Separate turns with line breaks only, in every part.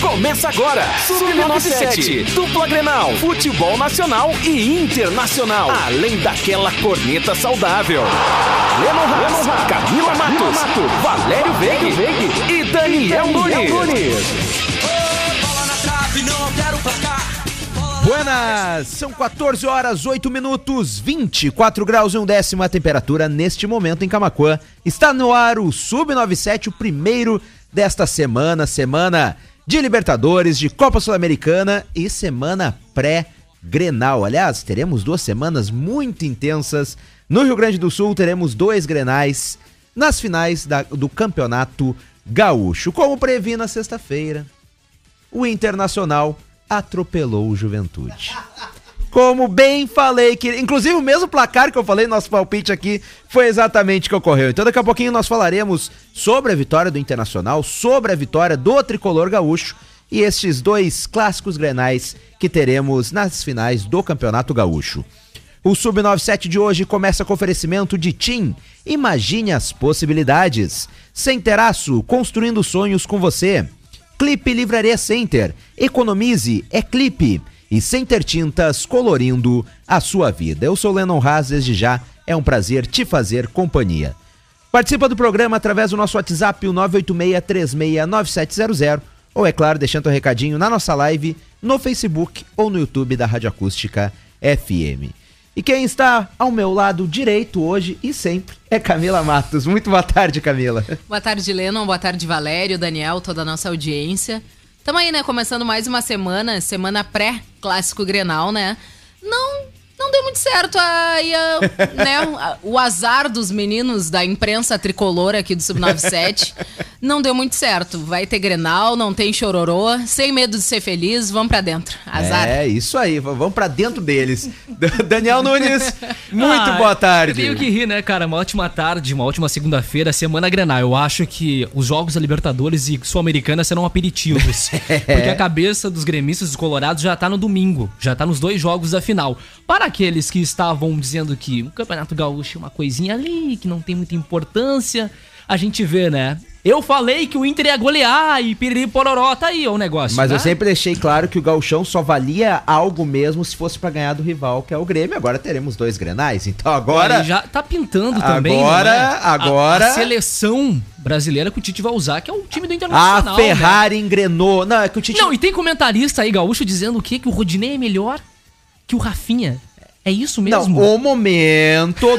Começa agora, Sub-97, dupla Grenal, futebol nacional e internacional, além daquela corneta saudável. Lennon Ramos, Camila Matos, Valério Veig e Daniel Nunes.
Buenas! São 14 horas, 8 minutos, 24 graus e um décimo a temperatura neste momento em Camacuã. Está no ar o Sub-97, o primeiro desta semana, semana de Libertadores, de Copa Sul-Americana e semana pré-Grenal. Aliás, teremos duas semanas muito intensas. No Rio Grande do Sul teremos dois Grenais nas finais da- do Campeonato Gaúcho. Como previ na sexta-feira, o Internacional atropelou o Juventude. Como bem falei, que inclusive o mesmo placar que eu falei no nosso palpite aqui foi exatamente o que ocorreu. Então daqui a pouquinho nós falaremos sobre a vitória do Internacional, sobre a vitória do Tricolor Gaúcho e estes dois clássicos grenais que teremos nas finais do Campeonato Gaúcho. O Sub-97 de hoje começa com oferecimento de TIM. Imagine as possibilidades. Sem Teraço, construindo sonhos com você. Clipe Livraria Center. Economize, é clipe. E Center Tintas colorindo a sua vida. Eu sou Lennon Haas, desde já é um prazer te fazer companhia. Participa do programa através do nosso WhatsApp, o 986369700, ou é claro, deixando teu recadinho na nossa live, no Facebook ou no YouTube da Rádio Acústica FM. E quem está ao meu lado direito hoje e sempre é Camila Matos. Muito boa tarde, Camila.
Boa tarde, Lennon. Boa tarde, Valério, Daniel, toda a nossa audiência. Tamo aí, né? Começando mais uma semana, semana pré-clássico Grenal, né? Não, não deu muito certo aí, a- né? a- o azar dos meninos da imprensa tricolor aqui do Sub-97. Não deu muito certo. Vai ter Grenal, não tem chororô. Sem medo de ser feliz, vamos pra dentro. Azar.
É, isso aí, v- vamos pra dentro deles. D- Daniel Nunes, muito
Ah,
boa
Eu tenho
tarde.
que rir, né, cara? Uma ótima tarde, uma ótima segunda-feira, semana Grenal. Eu acho que os jogos da Libertadores e Sul-Americana serão aperitivos.
É.
Porque a cabeça dos gremistas dos colorados já tá no domingo, já tá nos dois jogos da final. Para aqueles que estavam dizendo que o Campeonato Gaúcho é uma coisinha ali, que não tem muita importância, a gente vê, né? Eu falei que o Inter ia golear e piriri pororó, tá aí ó, o negócio.
Mas
né?
eu sempre deixei claro que o gauchão só valia algo mesmo se fosse pra ganhar do rival, que é o Grêmio. Agora teremos dois grenais, então agora...
Ele já tá pintando também.
Agora-
não é? A-
agora-
A, seleção brasileira que o Tite vai usar, que é o time do Internacional.
A
né?
Ferrari engrenou. Não, é que o Tite...
Não, e tem comentarista aí gaúcho dizendo o quê? Que o Rodinei é melhor que o Rafinha. É isso
Não,
mesmo?
o momento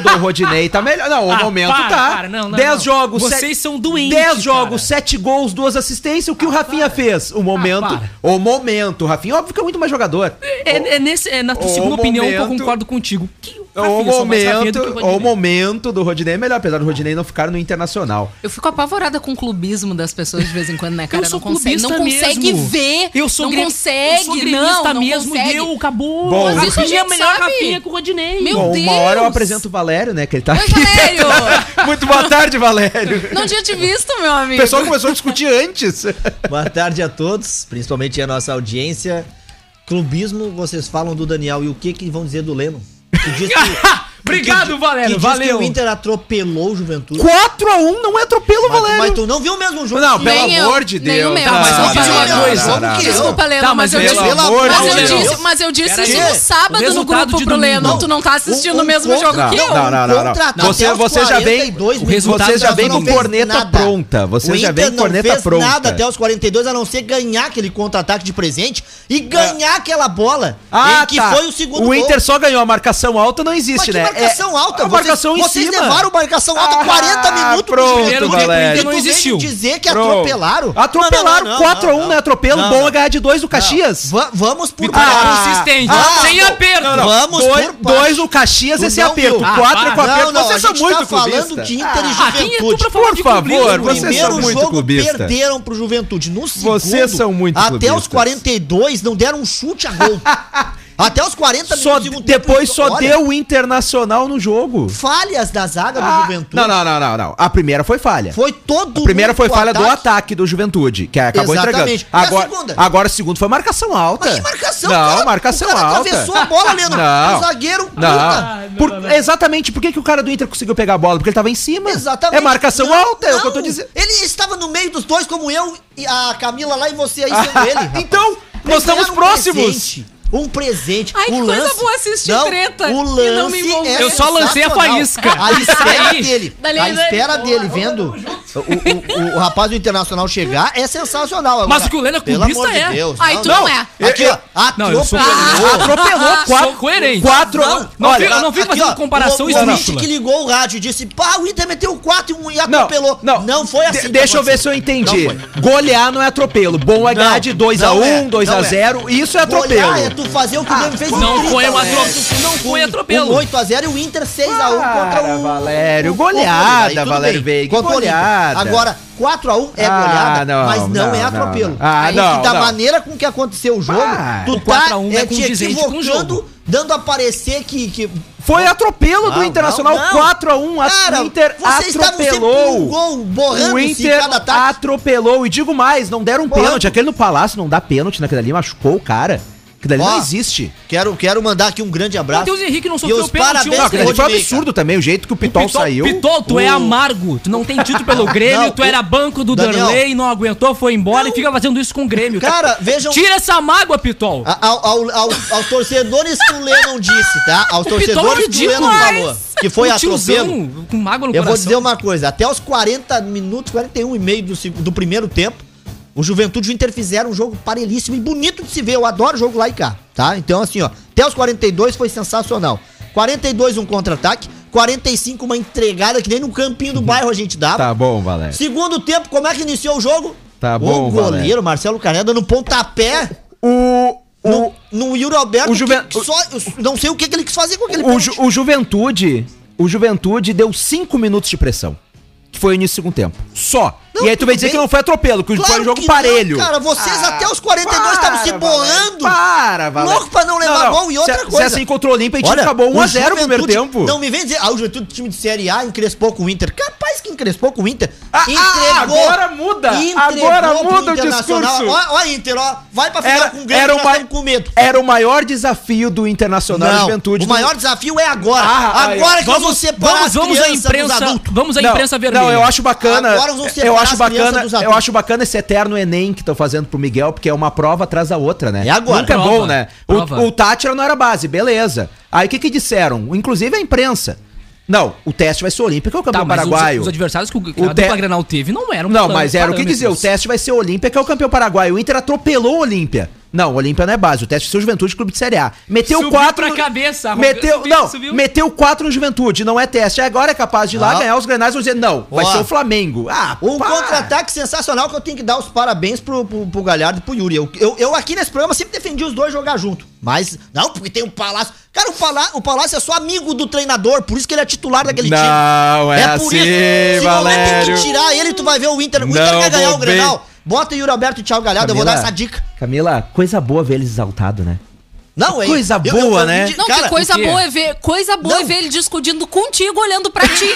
do Rodinei tá melhor. Não, o
Ah,
momento
para,
tá.
para, não, não,
10
não.
jogos,
Vocês
sete-
são doentes,
10 jogos,
cara. Ah,
7 gols, 2 assistências. O que o Rafinha fez? O momento.
para.
o momento. O Rafinha, óbvio que é muito mais jogador.
É, é nesse, é na tua
o
segunda opinião que eu
momento- É
concordo contigo. Que o
O
Rafinha é só mais Rafinha
momento,
do que o
o
Rodinei.
momento do Rodinei é melhor, apesar do Rodinei não ficar no Internacional.
Eu fico apavorada com o clubismo das pessoas de vez em quando, né, cara?
Eu sou
não consegue,
clubista
não consegue
mesmo.
ver.
Eu sou
não
gre-
consegue,
eu sou
não,
gremista
não
mesmo,
consegue.
deu, acabou.
Bom,
o
Mas
isso a
Rafinha é
gente
melhor
sabe.
Rafinha que o Rodinei.
Meu
Bom, uma hora eu
Deus!
apresento o Valério, né, que ele tá
Oi,
aqui.
Valério!
Muito boa tarde, Valério.
Não tinha te visto, meu
O
amigo.
pessoal começou a discutir antes.
Boa tarde a todos, principalmente a nossa audiência. Clubismo, vocês falam do Daniel e o que que vão dizer do Leno? Que diz que,
Tá,
Ah,
Obrigado,
que,
Valério.
diz que
valeu.
o Inter atropelou o Juventude.
4x1 não é atropelo,
Mas, mas
Valério.
tu não viu o mesmo jogo?
Não,
que
pelo
eu.
Nem eu,
amor de
nem o
Deus. Tá,
meu. Mas
vou dizer uma
não,
coisa.
não, não, não.
Desculpa, Leno,
Tá,
mas,
mas
eu
pelo
disse,
amor
mas
de
eu
Deus.
disse, mas eu disse
Pera
isso
aí.
no sábado no
Resultado
grupo
de
pro
domingo.
Leno. Tu não tá assistindo
Um-
o mesmo
um
jogo
contra-
que eu.
não, não, não, não.
contra-
Você-
até os
você já vem-
42
o resultado
minutos,
já vem
não
com
fez
corneta
nada.
pronta, você
o
já
Inter
vem com corneta
não fez
pronta.
nada até os 42, a não ser ganhar aquele contra-ataque de presente e ganhar aquela bola. em que foi o
É.
segundo
Ah, tá. O
gol.
Inter só ganhou a marcação alta, não
Mas
existe,
que
né?
marcação
É,
alta,
a marcação
vocês,
em
vocês
cima.
levaram marcação alta
Ah,
40 minutos pro
pronto,
primeiro tempo,
Valério.
e tu
Não
vem me
existiu.
dizer que
Pronto.
atropelaram.
Atropelaram,
Não, não, não,
4x1
não,
não é atropelo,
não,
bom é
não.
ganhar de 2 do Caxias.
Va- vamos por
Vitória
partes.
consistente,
ah,
sem
não,
aperto.
não, não. Vamos
dois,
por partes.
dois o Caxias,
Tu
esse é
não
aperto.
viu.
Ah,
Quatro
para.
com aperto.
não,
Vocês
a
são
gente tá
muito
falando
clubistas.
de Inter e
Ah, quem é tu
Juventude.
pra falar
Por
de
favor,
clubismo?
No
vocês são
primeiro
muito
jogo
clubista.
perderam pro Juventude. No segundo,
Vocês são muito
até
clubistas.
os 42 não deram um chute a gol. Até os 40
Só,
do segundo
depois
é
tempo,
só
olha,
deu o Internacional no jogo.
falhas da zaga do
Ah,
Juventude.
não, não, não, não, não. A primeira foi falha.
Foi todo
A primeira
mundo
foi
pro
falha do ataque do Juventude, que acabou entregando.
Exatamente. E a
Agora,
segunda?
agora o segundo foi marcação alta.
Mas que marcação,
Não,
cara?
marcação
O cara
alta.
atravessou a tá- bola, Leno.
Não.
O zagueiro,
Não.
puta.
Por- Exatamente, por que, que o cara do Inter conseguiu pegar a bola? Porque ele tava em cima.
Exatamente.
É marcação
Não,
alta, é o que eu tô
não.
dizendo.
Ele estava no meio dos dois, como eu, e a Camila lá e você aí sendo ele. rapaz.
Então,
Eles
nós estamos
ganharam um
próximos.
presente, Um presente.
Ai, que
o
coisa
lance,
boa assistir
não,
treta
O
e não
lance
me envolver.
é
Eu só lancei a
sensacional.
faísca.
A espera
Aí.
dele.
Dali,
a
dali.
espera dele vendo o, o- o- o rapaz do Internacional chegar é sensacional.
Mas o que o Leno é
Pelo
clubista
amor de
é.
Deus,
Ai, tu não é.
Aqui, ó.
Não, eu sou
atropelou.
Atropelou
Sou
quatro.
coerente.
Quatro.
Não,
Não,
olha,
fica- eu não fico fazendo comparação
o, o ouvinte
esdrúxula.
que ligou o rádio e disse, pá, o Inter meteu 4 e um e
Não,
atropelou.
não,
foi
De-
assim. que
deixa eu ver se
aconteceu.
eu entendi.
Não foi.
Golear não é atropelo. Bom é
Não,
ganhar de 2 a
não
1
é,
2 a
não é.
0 Isso é atropelo.
Golear é tu fazer
Ah,
o que o Grêmio fez
não
em
foi um
30, velho.
atropelo, não foi
Um-
atropelo.
Um 8x0 e o Inter 6x1
Para,
contra o...
Valério,
o- o- contra o
goleada,
Inter. Aí tudo
Valério
bem,
Veiga,
contra o Inter.
goleada.
Agora, 4x1 é
Ah,
goleada,
não,
mas não,
não,
é atropelo.
não, não. Ah,
Aí,
não,
da
não.
maneira com que aconteceu o jogo,
Ah,
tu
o
tá
4x1 é
é, te
condizente com o
equivocando,
jogo.
dando a parecer que... que
Foi atropelo do
Ah, Não,
Internacional
não, não.
4 a 1
Cara,
O Inter
vocês estavam sempre um
atropelou.
gol, borrando
O Inter atropelou. E digo mais, não deram um
Porra.
pênalti. Aquele no Palácio não dá pênalti naquele ali, machucou o cara. Aquele ali
Ó,
não existe.
Quero, quero mandar aqui um grande abraço.
Matheus Henrique não
E
sofreu
os
pênalti
parabéns
Não,
ontem.
aquele ali foi um
Rodney,
absurdo também, o jeito que o Pitol
Pitol-
saiu.
Pitol, tu é
O-
amargo. Tu não tem título pelo Grêmio, tu era banco do
Daniel.
Derlei, não aguentou, foi embora e fica fazendo isso com o Grêmio.
Cara, vejam.
Tira essa mágoa, Pitol.
Ah,
A- Ao, ao- ao- aos torcedores que o Lennon disse, tá? Aos
Pitol
torcedores que o Lennon falou. Que foi
Um tiozão
atropelo.
com mágoa no
Eu vou
coração.
dizer uma coisa: até os 40 minutos, 41 e meio do, seg- do primeiro tempo, o Juventude e o Inter fizeram um jogo parelhíssimo e bonito de se ver. Eu adoro jogo lá e cá, tá? Então, assim, ó, até os 42 foi sensacional. 42, um contra-ataque. 45, uma entregada que nem no campinho do bairro a gente dá.
Tá bom, Valério.
Segundo tempo, como é que iniciou o jogo?
Tá bom,
O
Valério.
goleiro Marcelo Caneda no pontapé
O, o,
no, no Yuri Alberto.
o Juven-
que só, eu não sei o que, que ele quis fazer com aquele
o,
pênalti.
Ju- o Juventude, o Juventude deu 5 minutos de pressão. Que foi o início do segundo tempo. Só.
Não,
e aí tu vem
tudo
dizer
bem.
que não foi atropelo, que foi um jogo
que
parelho. Ah,
Não, cara, vocês até os 42 estavam se
Para,
borrando.
Para, Valério.
Louco pra não levar gol e outra
se,
coisa.
Se assim contra o Olímpia, a gente acabou
o
1x0 no primeiro
Juventude-
tempo.
Não me vem dizer, ah, o Juventude time de Série A encrespou com o Inter. Capaz que encrespou com o Inter.
Ah, ah, agora muda.
entregou
Agora
pro
muda o
Internacional.
discurso.
Ó, ó, Inter, ó, vai pra final
era,
tá com o Grêmio,
era, o
já
mai-
tamo com medo.
era o maior desafio do Internacional e
Não,
Juventude.
o maior desafio é agora.
Ah, aí,
agora que nós
Vamos,
vamos separar
vamos, vamos à
as crianças dos
imprensa,
adultos.
vamos à
Não,
imprensa vermelha.
Não, eu acho bacana.
Agora vão separar
eu acho
as crianças
bacana,
dos
eu
adultos.
acho bacana esse eterno ENEM que estão fazendo pro Miguel, porque é uma prova atrás da outra, né?
É agora.
Nunca
Prova,
é bom, né?
prova.
O, o Tátira não era base, beleza. Aí o que que disseram? Inclusive a imprensa. Não, o teste vai ser olímpico, é o
Tá,
campeão
mas os-
paraguaio.
Os, adversários que o, que
O
a
te-
dupla Granal teve não eram
Não, mas era o que
parâmetros.
dizer, o teste vai ser o Olímpia, que é o campeão paraguaio. O Inter atropelou o Olímpia. Não, o Olímpia não é base, o teste foi o Juventude Clube de Série A. Meteu
Subiu
quatro.
pra
no-
cabeça, arrogante,
meteu,
subiu,
não,
subiu.
meteu quatro no Juventude, não é teste. Agora é capaz de ir lá
Ah.
ganhar os grenais e dizer, não, vai
Ó.
ser o Flamengo. Ah,
Um
pá.
contra-ataque sensacional que eu tenho que dar os parabéns pro, pro, pro Galhardo e pro Yuri. Eu, eu, eu aqui nesse programa sempre defendi os dois jogar junto. Mas não, porque tem o Palácio. Cara, o, Palá, o Palácio é só amigo do treinador, por isso que ele é titular daquele time.
Não, é, assim,
Se não tem
Valério.
que tirar ele, tu vai ver o Inter. O Inter
Não
quer ganhar o
vou ver.
Grenal. Bota Yuri Alberto e Thiago Galhardo, eu vou dar essa dica.
Camila, coisa boa ver eles exaltados, né?
Não, é
Coisa
eu- eu-
boa,
eu-
né?
de-
Não,
cara,
que coisa
o quê?
boa é ver. Coisa boa é
Não.
ver ele discutindo contigo, olhando pra ti.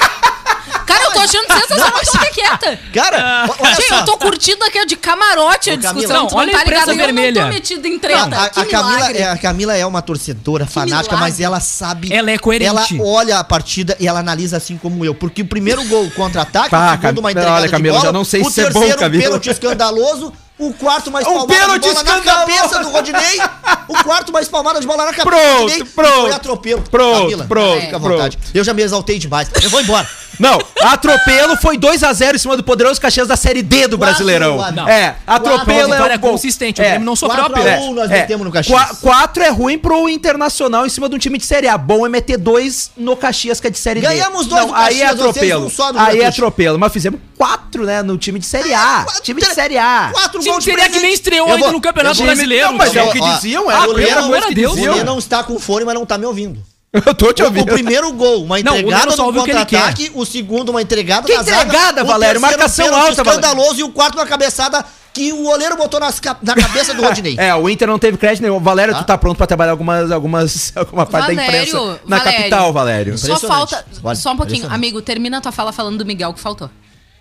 Cara, eu tô achando sensacional, mas tu fica quieta.
Cara, o- olha
Ah. Gente,
só.
eu tô curtindo aqui ó, de camarote a
Ô, Camila,
discussão.
não,
tu não
olha a
tá ligado?
imprensa vermelha.
Eu não tô metido em
Não,
treta.
a,
que
a Camila
milagre.
é, a Camila é uma torcedora fanática,
milagre.
mas ela sabe.
Ela é coerente.
Ela olha a partida e ela analisa assim como eu. Porque o primeiro gol contra-ataque,
Pá,
o segundo
Cam- olha, Camila, já não sei
o
se é bom,
terceiro um
Camila.
pênalti escandaloso, o quarto mais
Um
palmada
pênalti
de bola na
escandaloso.
cabeça do Rodinei, o quarto mais palmada de bola na cabeça do
Pronto,
Rodinei, e
pronto,
foi atropelo.
pronto, pronto,
fica à vontade. Eu já me exaltei demais. Eu vou embora.
Não, atropelo foi 2 a 0 em cima do poderoso Caxias da Série D do
Quatro
Brasileirão.
a- não.
É, atropelo
Prova
é,
vitória
o gol.
consistente, o Grêmio não sofreu
Quatro a
apelo.
um. nós metemos no Caxias.
4 é ruim pro Internacional em cima de um time de Série A. Bom é meter dois no Caxias, que é de Série D.
Ganhamos dois
não,
do
aí é
Caxias, vocês
atropelo.
um só do
aí é
Juventude.
atropelo. Mas fizemos quatro, né, no time de Série A. time de
Tre-
Série A.
Quatro
Time
gols
de Série A que nem estreou
Eu
ainda
vou-
no Campeonato
eu vou-
Brasileiro.
Não, mas é
Então,
o que
ó,
diziam,
ó,
é a
o
primeira
Leandro-
coisa que
Deus,
O
diziam.
Lê não está com fone, mas não tá me ouvindo.
Eu tô te
O- O
ouvindo.
primeiro gol, uma
Não, o
entregada
Leno só
no
ouviu o que ele
contra-ataque, o segundo uma entregada
Que
na zaga,
entregada,
o
Valério?
terceiro
Marcação
pênalti
alta, Valério.
escandaloso e o quarto uma cabeçada que o goleiro botou nas cap- na cabeça do Rodinei.
É, o Inter não teve crédito nenhum. Valério, tu tá pronto pra trabalhar algumas, algumas, alguma parte da
Valério,
imprensa na
Valério.
capital, Valério.
Só
Impressionante.
falta.
Vale,
Só um pouquinho.
impressionante.
Amigo, termina a tua fala falando do Miguel que faltou.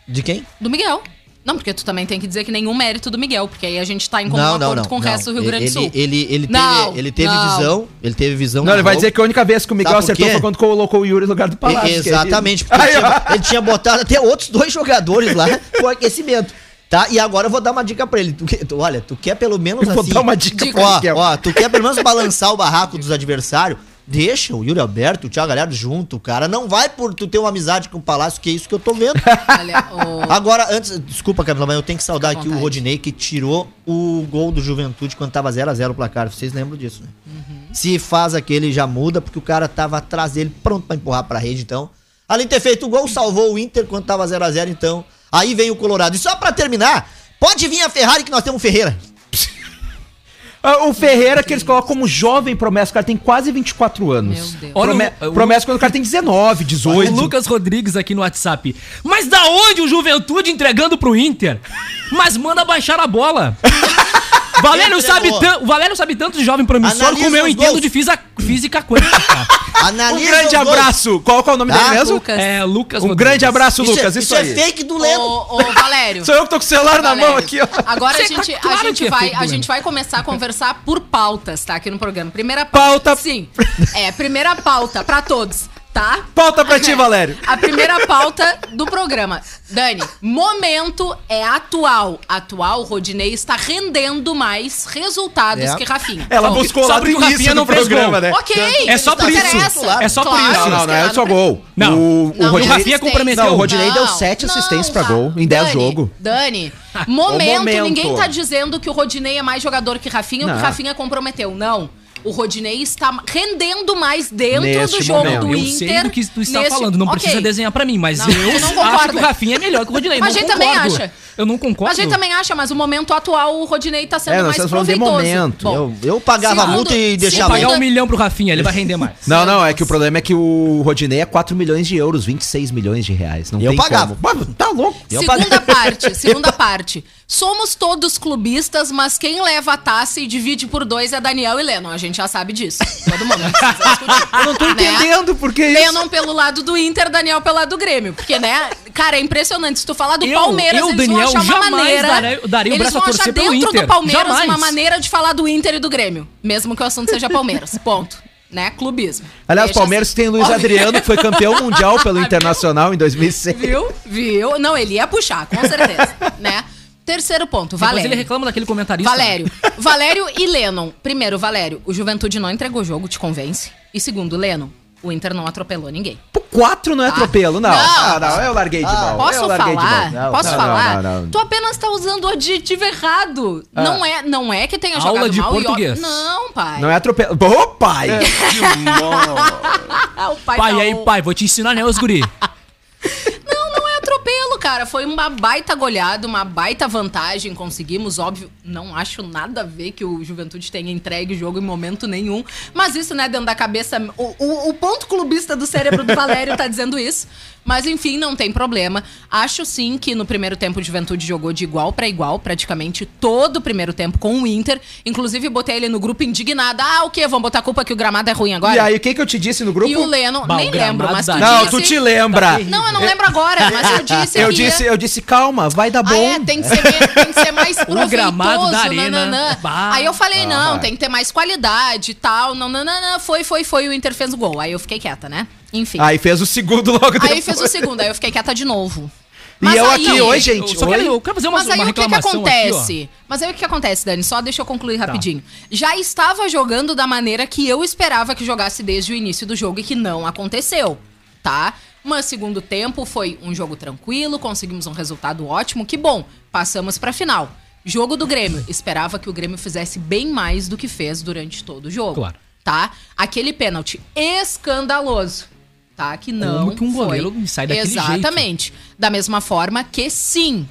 De quem?
Do Miguel. Não, porque tu também tem que dizer que nenhum mérito do Miguel, porque aí a gente tá em comum acordo com o resto do Rio Grande do
Ele-
Sul.
Ele, ele, teve,
Não,
ele teve
não.
visão. Ele teve visão.
Não,
de
ele vai
jogo.
dizer que a única vez que o Miguel
Tá Sabe por
acertou
quê?
foi quando colocou o Yuri no lugar do
E-
Palácio. é
Exatamente, porque
Aí,
ele
ó.
tinha, ele tinha botado até outros dois jogadores lá com aquecimento. Tá? E agora eu vou dar uma dica pra ele. Tu que- tu- olha, tu quer pelo menos
Eu vou
assim.
dar uma dica
Dica.
pra é
ó,
Miguel.
ó, tu quer pelo menos balançar o barraco dos adversários? Deixa o Yuri Alberto, o Thiago Galhardo junto, cara. Não vai por tu ter uma amizade com o Palácio, que é isso que eu tô vendo.
Olha, o-
Agora, antes, desculpa, Camila, mas eu tenho que saudar
Fica à
aqui o
vontade.
Rodinei que tirou o gol do Juventude quando tava 0x0 o placar. Vocês lembram disso, né?
Uhum.
Se faz aquele, já muda, porque o cara tava atrás dele, pronto pra empurrar pra rede, então. Além de ter feito o gol, salvou o Inter quando tava 0x0, então. Aí vem o Colorado. E só pra terminar, pode vir a Ferrari que nós temos o Ferreira.
Ah, O Ferreira, que eles colocam como jovem promessa, o cara tem quase 24 anos.
Meu Deus.
Olha
Prome-
o- o-
promessa quando o cara tem 19, 18.
O Lucas Rodrigues aqui no WhatsApp. Mas da onde o Juventude entregando pro Inter? Mas manda baixar a bola. Valério sabe,
Entregou.
tan- o Valério sabe tanto de jovem promissor
Analisa
como eu
os
entendo
gols.
de fisa- física quântica.
Um
Analisa
grande
os gols.
abraço. Qual, qual é o nome
é Tá,
dele mesmo?
Lucas.
é, Lucas
Um grande abraço,
Isso,
Lucas.
é,
Isso,
isso é
aí.
fake do Leno.
Ô, ô, Valério.
Sou eu que tô com o celular na
Valério,
mão aqui, ó.
Agora
Você
a
tá
gente,
claro
a gente
que é
vai,
fake,
a
Leno.
gente vai começar a conversar por pautas, tá? Aqui no programa. Primeira
Pauta.
Sim. É, primeira pauta pra todos, tá?
Pauta pra ti, Valério.
A primeira pauta do programa. Dani, momento é atual. Atual, Rodinei está rendendo mais resultados
É.
que Rafinha.
Ela
Bom,
buscou
só
lá do
porque o
início
Rafinha
do
não fez gol.
programa, né?
Ok.
É só
não
por isso.
interessa.
É só por isso.
Não, não, não, é só gol.
Não.
O, o
Não,
Rodinei...
o Rafinha comprometeu.
Não, o Rodinei deu
Não,
sete
não,
assistências pra
Rafa.
gol em 10
Dani,
jogos.
Dani, momento,
momento.
ninguém tá dizendo que o Rodinei é mais jogador que Rafinha ou que
Não.
Rafinha comprometeu. Não. O Rodinei está rendendo mais dentro
Neste
do jogo
momento.
É,
do
Eu
Inter.
sei do que tu está
neste-
falando, não
Ok.
precisa desenhar pra mim, mas
Não, tu
eu
não
acho
concorda.
que o Rafinha é melhor que o Rodinei.
Mas
não
a gente também
concordo.
acha.
Eu não concordo.
A gente também acha, mas o momento atual, o Rodinei tá sendo
É, nós
mais
estamos falando de
proveitoso.
momento.
Bom,
Eu, eu pagava a
Segundo-
multa e
Vou
deixava
pagar
Segundo-
um milhão pro Rafinha, ele vai render mais.
Não, não, é que o problema é que o Rodinei é 4 milhões de euros, 26 milhões de reais. Não
Eu
tem
pagava.
como. Mano, tá louco.
Segunda parte, segunda parte. Somos todos clubistas, mas quem leva a taça e divide por dois é Daniel e Lennon. A gente já sabe disso. Todo mundo não precisa discutir. Eu não tô
Entendendo por que isso.
Lennon pelo lado do Inter, Daniel pelo lado do Grêmio. Porque, né, cara, é impressionante. Se tu falar do
Eu-
Palmeiras,
eu,
eles
Daniel,
vão achar uma
jamais
maneira.
darei- darei o
eles
braço
vão
a torcer
achar
pelo
dentro
Inter.
do Palmeiras
Jamais.
uma maneira de falar do Inter e do Grêmio. Mesmo que o assunto seja Palmeiras. Ponto. Né? Clubismo.
Aliás, o
Deixa
Palmeiras
assim.
tem Luiz Adriano, que foi campeão mundial pelo Internacional em 2006.
Viu? Viu? Não, ele ia puxar, com certeza. né? Terceiro ponto,
Depois
Valério.
ele reclama né? daquele comentarista.
Valério. Valério e Lennon. Primeiro, Valério, o Juventude não entregou o jogo, te convence. E segundo, Lennon, o Inter não atropelou ninguém.
Pô, Quatro não é atropelo, não.
Não.
Ah, não, eu larguei de mão.
Posso
eu larguei
falar?
de mão. Não,
Posso
não,
falar?
Não, Ah. não, não.
Tu apenas tá usando o adjetivo errado. Não, é, não é que tenha
Aula
jogado
de
mal
português.
e... ó- Não, pai.
Não é atropelo. Ô, pai!
É, Ah, o pai,
Pai,
tá
aí,
o-
pai, vou te ensinar, né, os guri?
Não, não é atropelo, cara. Foi uma baita goleada, uma baita vantagem. Conseguimos, óbvio. Não acho nada a ver que o Juventude tenha entregue o jogo em momento nenhum. Mas isso, né, dentro da cabeça. O, o- o ponto clubista do cérebro do Valério tá dizendo isso. Mas enfim, não tem problema. Acho sim que no primeiro tempo o Juventude jogou de igual pra igual, praticamente todo o primeiro tempo com o Inter. Inclusive, botei ele no grupo indignado. Ah, o quê? Vão botar culpa que o gramado é ruim agora?
E aí, o que, que eu te disse no grupo?
E o Leno,
Bah,
nem
o gramado
lembro, mas tu
da-
Não,
disse...
tu te lembra.
Não, eu não lembro agora, mas eu disse
Eu
que ia-
disse, eu disse, calma, vai dar bom.
Ah, é, tem que ser, me- tem que ser mais proveitoso,
gramado da arena.
nananã.
Bah.
Aí eu falei, não, tem que ter mais qualidade e tal, não, não, não, não, foi, foi, foi, o Inter fez o gol. Aí eu fiquei quieta, né? Enfim. Aí,
Aí fez o segundo logo depois.
fez o segundo, aí eu fiquei quieta de novo.
E
Mas
eu
aí-
aqui, oi, gente.
Eu só
oi.
quero, eu quero fazer uma,
Mas aí
uma
o que, que
reclamação
acontece?
aqui, Tá.
Mas aí o que, que acontece, Dani? Só deixa eu concluir rapidinho. Já estava jogando da maneira que eu esperava que jogasse desde o início do jogo e que não aconteceu, tá? Mas segundo tempo foi um jogo tranquilo, conseguimos um resultado ótimo, que bom. Passamos pra final. Jogo do Grêmio. Esperava que o Grêmio fizesse bem mais do que fez durante todo o jogo.
Claro.
Tá? Aquele pênalti escandaloso. Tá? Que não.
que um
foi.
goleiro sai daquele jeito?
Exatamente. Da mesma forma que sim,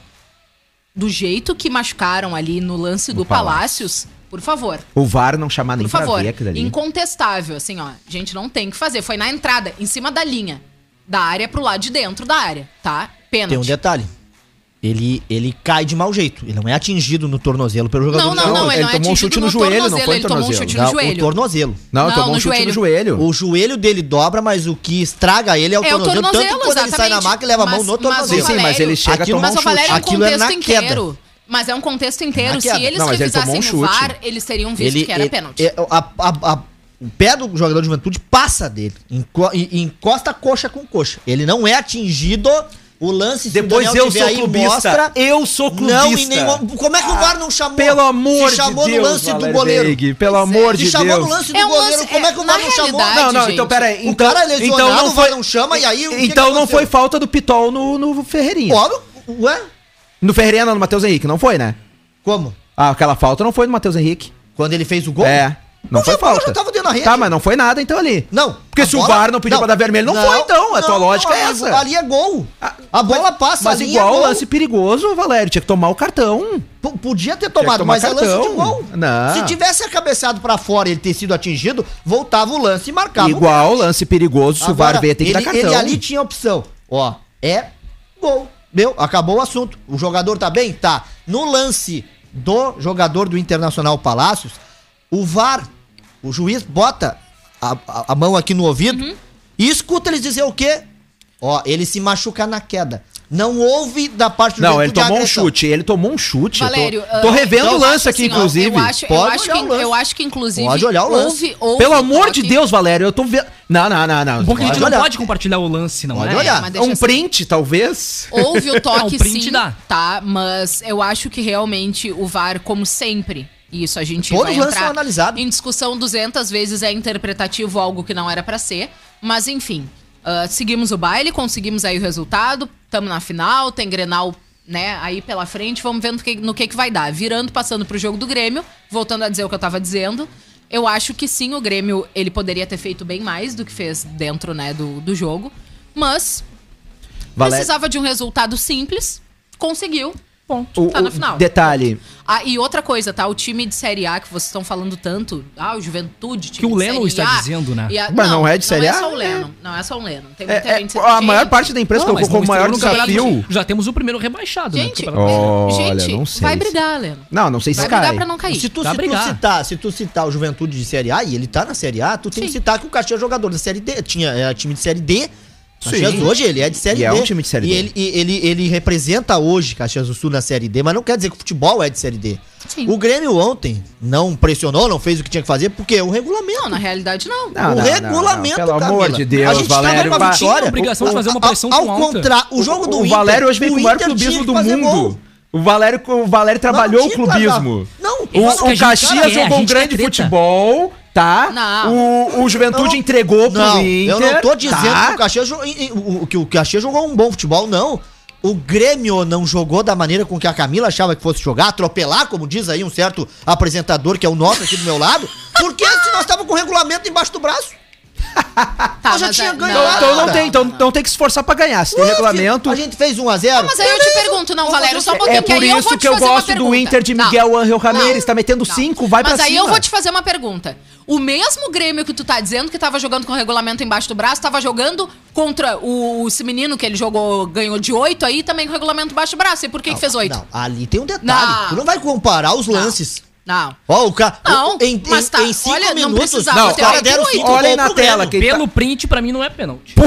do jeito que machucaram ali no lance do Palácios, por favor.
O VAR não chamar nem
Por
pra
favor.
ver aquilo ali.
Incontestável, assim, ó. Gente, não tem o que fazer. Foi na entrada, em cima da linha. Da área pro lado de dentro da área, tá?
Tem um
Pênalti.
detalhe. ele, ele cai de mau jeito. Ele não é atingido no tornozelo pelo jogador
Não,
de
não,
futebol.
não, ele
ele
não é
tomou um
atingido
chute no joelho, não foi
ele tomou um
tornozelo.
chute
Não,
no
O
joelho.
tornozelo.
Não,
Não,
tomou um
no
chute no
joelho.
joelho.
O joelho dele dobra, mas o que estraga ele é o
É o
tornozelo. Tanto que
tornozelo,
quando ele sai na
exatamente.
maca, ele leva a mão
Mas-
no
mas o
Sim,
tornozelo.
sim, mas ele
Valério-
chega a tomar
Aquilo-
um
Mas o
chute.
Valério é um
Aquilo é na
contexto
queda.
inteiro. Mas é um contexto inteiro.
Na
Se
queda.
eles
Não, mas ele tomou
revisassem
um
o
chute.
VAR, eles teriam visto que era pênalti.
é- a- a- a- o pé do jogador de juventude passa dele. Enco- e- e encosta coxa com coxa. Ele não é atingido. O lance, se
Depois
o
eu
tiver
sou clubista. eu sou clubista.
Não, em nenhum, como é que o VAR não chamou?
Pelo amor
Se
de Deus.
chamou no lance do
Valério
goleiro.
Veig, pelo amor
Se
de
chamou
Deus.
no lance do
É um
goleiro,
lance-
como é que o
é-
VAr
na
não chamou?
realidade,
Não, não, então
gente.
peraí.
O
Então,
cara é lesionado,
então não
o VAR
foi,
não chama, e aí o que que
Então não
aconteceu?
foi falta do Pitol no, no Ferreirinha.
Ora, ué?
No Ferreirinha não, no Matheus Henrique, não foi, né?
Como?
Ah, aquela falta não foi no Matheus Henrique.
Quando ele fez o gol?
É. Não
Mas
foi
a bola
falta.
já tava dentro da rede.
Tá, mas não foi nada então ali.
Não.
Porque
a
se o VAR não pediu pra dar vermelho, não foi, então. A tua lógica é
amigo,
essa.
Ali é gol.
Ah,
A bola passa,
Mas
ali
igual
é
o
gol.
lance perigoso, Valério, tinha que tomar o cartão.
P- Podia ter
Tinha que
tomado,
tomar
mas é lance
cartão.
de gol.
Não.
Se tivesse arcabeçado pra fora e ele ter sido atingido, voltava o lance e marcava.
igual o lance perigoso, se o VAR vê, tem que
ele,
dar cartão.
Ele ali tinha opção. Ó, é gol. Meu, acabou o assunto. O jogador tá bem? Tá. No lance do jogador do Internacional Palácios, o VAR, o juiz bota a, a- a mão aqui no ouvido e escuta eles dizer o quê? Ó, ele se machuca na queda. Não houve da parte do
Não,
juventude
ele tomou um
agressão.
chute, ele tomou um chute. eu tô-
Valério,
tô,
ah,
revendo
eu
o lance
acho
aqui,
assim, ó,
inclusive.
Eu acho, eu
Pode
acho
olhar
que,
o lance.
eu acho que, inclusive,
Pode olhar o lance.
houve, houve
Pelo
um
amor de
toque.
Deus, Valério, eu tô vendo. Não, não, não, não.
Bom que a gente
Pode olhar.
não pode compartilhar o lance, não
Pode
é?
olhar.
mas deixa
Um
assim.
print, talvez.
Houve o toque,
Não, print
sim,
dá.
tá? Mas eu acho que realmente o VAR, como sempre, e isso a gente
Todos
vai
os lances
entrar
são analisados.
em discussão 200 vezes, é interpretativo algo que não era pra ser. Mas enfim, ah, seguimos o baile, conseguimos aí o resultado, estamos na final, tem Grenal, né, aí pela frente, vamos ver no que, no que que vai dar. Virando, passando pro jogo do Grêmio, voltando a dizer o que eu tava dizendo... Eu acho que sim, o Grêmio ele poderia ter feito bem mais do que fez dentro né, do, do jogo. Mas
Valério.
Precisava de um resultado simples, conseguiu. Ponto.
O,
tá na
o
final.
Detalhe.
Ah, e outra coisa, tá? O time de Série A que vocês estão falando tanto, ah, o Juventude, time
Que o
de
Lennon
Série
está
A,
dizendo, né?
e a-
Mas não é de Série A,
Não é só o
né?
Lennon, não é só o Lennon. Tem muita
É, é,
gente
a
gente,
maior parte da imprensa
Não, mas um
colocou como
não
maior
estamos no campeonato
desafio.
brasileiro. Já temos o primeiro rebaixado,
Gente,
né?
Olha,
gente,
não sei
vai
se-
brigar, Lennon.
Não, não sei se
Vai brigar
cai.
pra não cair.
Se tu,
Dá
se tu
É brigar.
citar, se tu citar o Juventude de Série A, e ele tá na Série A, tu tem que
Sim.
citar que o Caxias é jogador da Série D, tinha era time de Série D.
Sim.
Caxias hoje ele é de Série
E
D.
é um time de Série
e
D.
Ele, e ele, ele representa hoje Caxias do Sul na Série D, mas não quer dizer que o futebol é de Série D.
Sim.
O Grêmio ontem não pressionou, não fez o que tinha que fazer, porque é um regulamento.
Não, na realidade, não.
Ah, Não,
o regulamento,
Pelo amor
Camila.
de Deus,
a gente
Valério.
tava com a
vai-
vitória.
Tinha obrigação de fazer uma
A- a-
pressão
Ao
com alta.
contrário, o jogo do
o
Inter,
Valério hoje veio com o maior
Inter tinha
clubismo
que
do
fazer
mundo.
gol.
O Valério, o Valério trabalhou
tinha
o
que vazar.
clubismo.
Não,
o, o
isso que a gente é
Caxias
quer, a
jogou um
gente
grande
quer treta.
futebol, tá?
Não.
O, o Juventude
Não.
entregou pro
Não,
Inter.
eu não tô dizendo
tá?
que, o Caxias, jo- em- em- o- que o Caxias jogou um bom futebol, não. O Grêmio não jogou da maneira com que a Camila achava que fosse jogar, atropelar, como diz aí um certo apresentador que é o nosso aqui do meu lado. Porque se nós estávamos com o regulamento embaixo do braço.
Tá,
eu já
mas
tinha
é-
ganho
Então,
lá,
então não
cara.
tem, então não tem que se esforçar pra ganhar. Se tem
Ué,
regulamento.
filho, A gente fez 1x0.
Mas aí eu te pergunto, não, Valério, só um pouquinho,
É por
aí
isso
vou te
que eu
fazer uma
gosto do
pergunta.
Inter de
Não,
Miguel Ángel
não,
Ramírez, tá metendo cinco, vai pra
Mas aí
cima.
eu vou te fazer uma pergunta. O mesmo Grêmio que tu tá dizendo que tava jogando com o regulamento embaixo do braço, tava jogando contra o, esse menino que ele jogou, ganhou de oito aí, também com o regulamento embaixo do braço. E por que, que fez oito?
Não, ali tem um detalhe.
Não.
Tu não vai comparar os
Não.
lances.
Não.
Ó, o cara.
Não,
em,
mas
em-
tá,
em cinco
olha, não
minutos,
precisava
os
ter
caras
oito.
deram cinco
Olha aí
gols
na
pro
tela
Grêmio.
quem tá-
Pelo print, pra mim, não é pênalti.
Pô,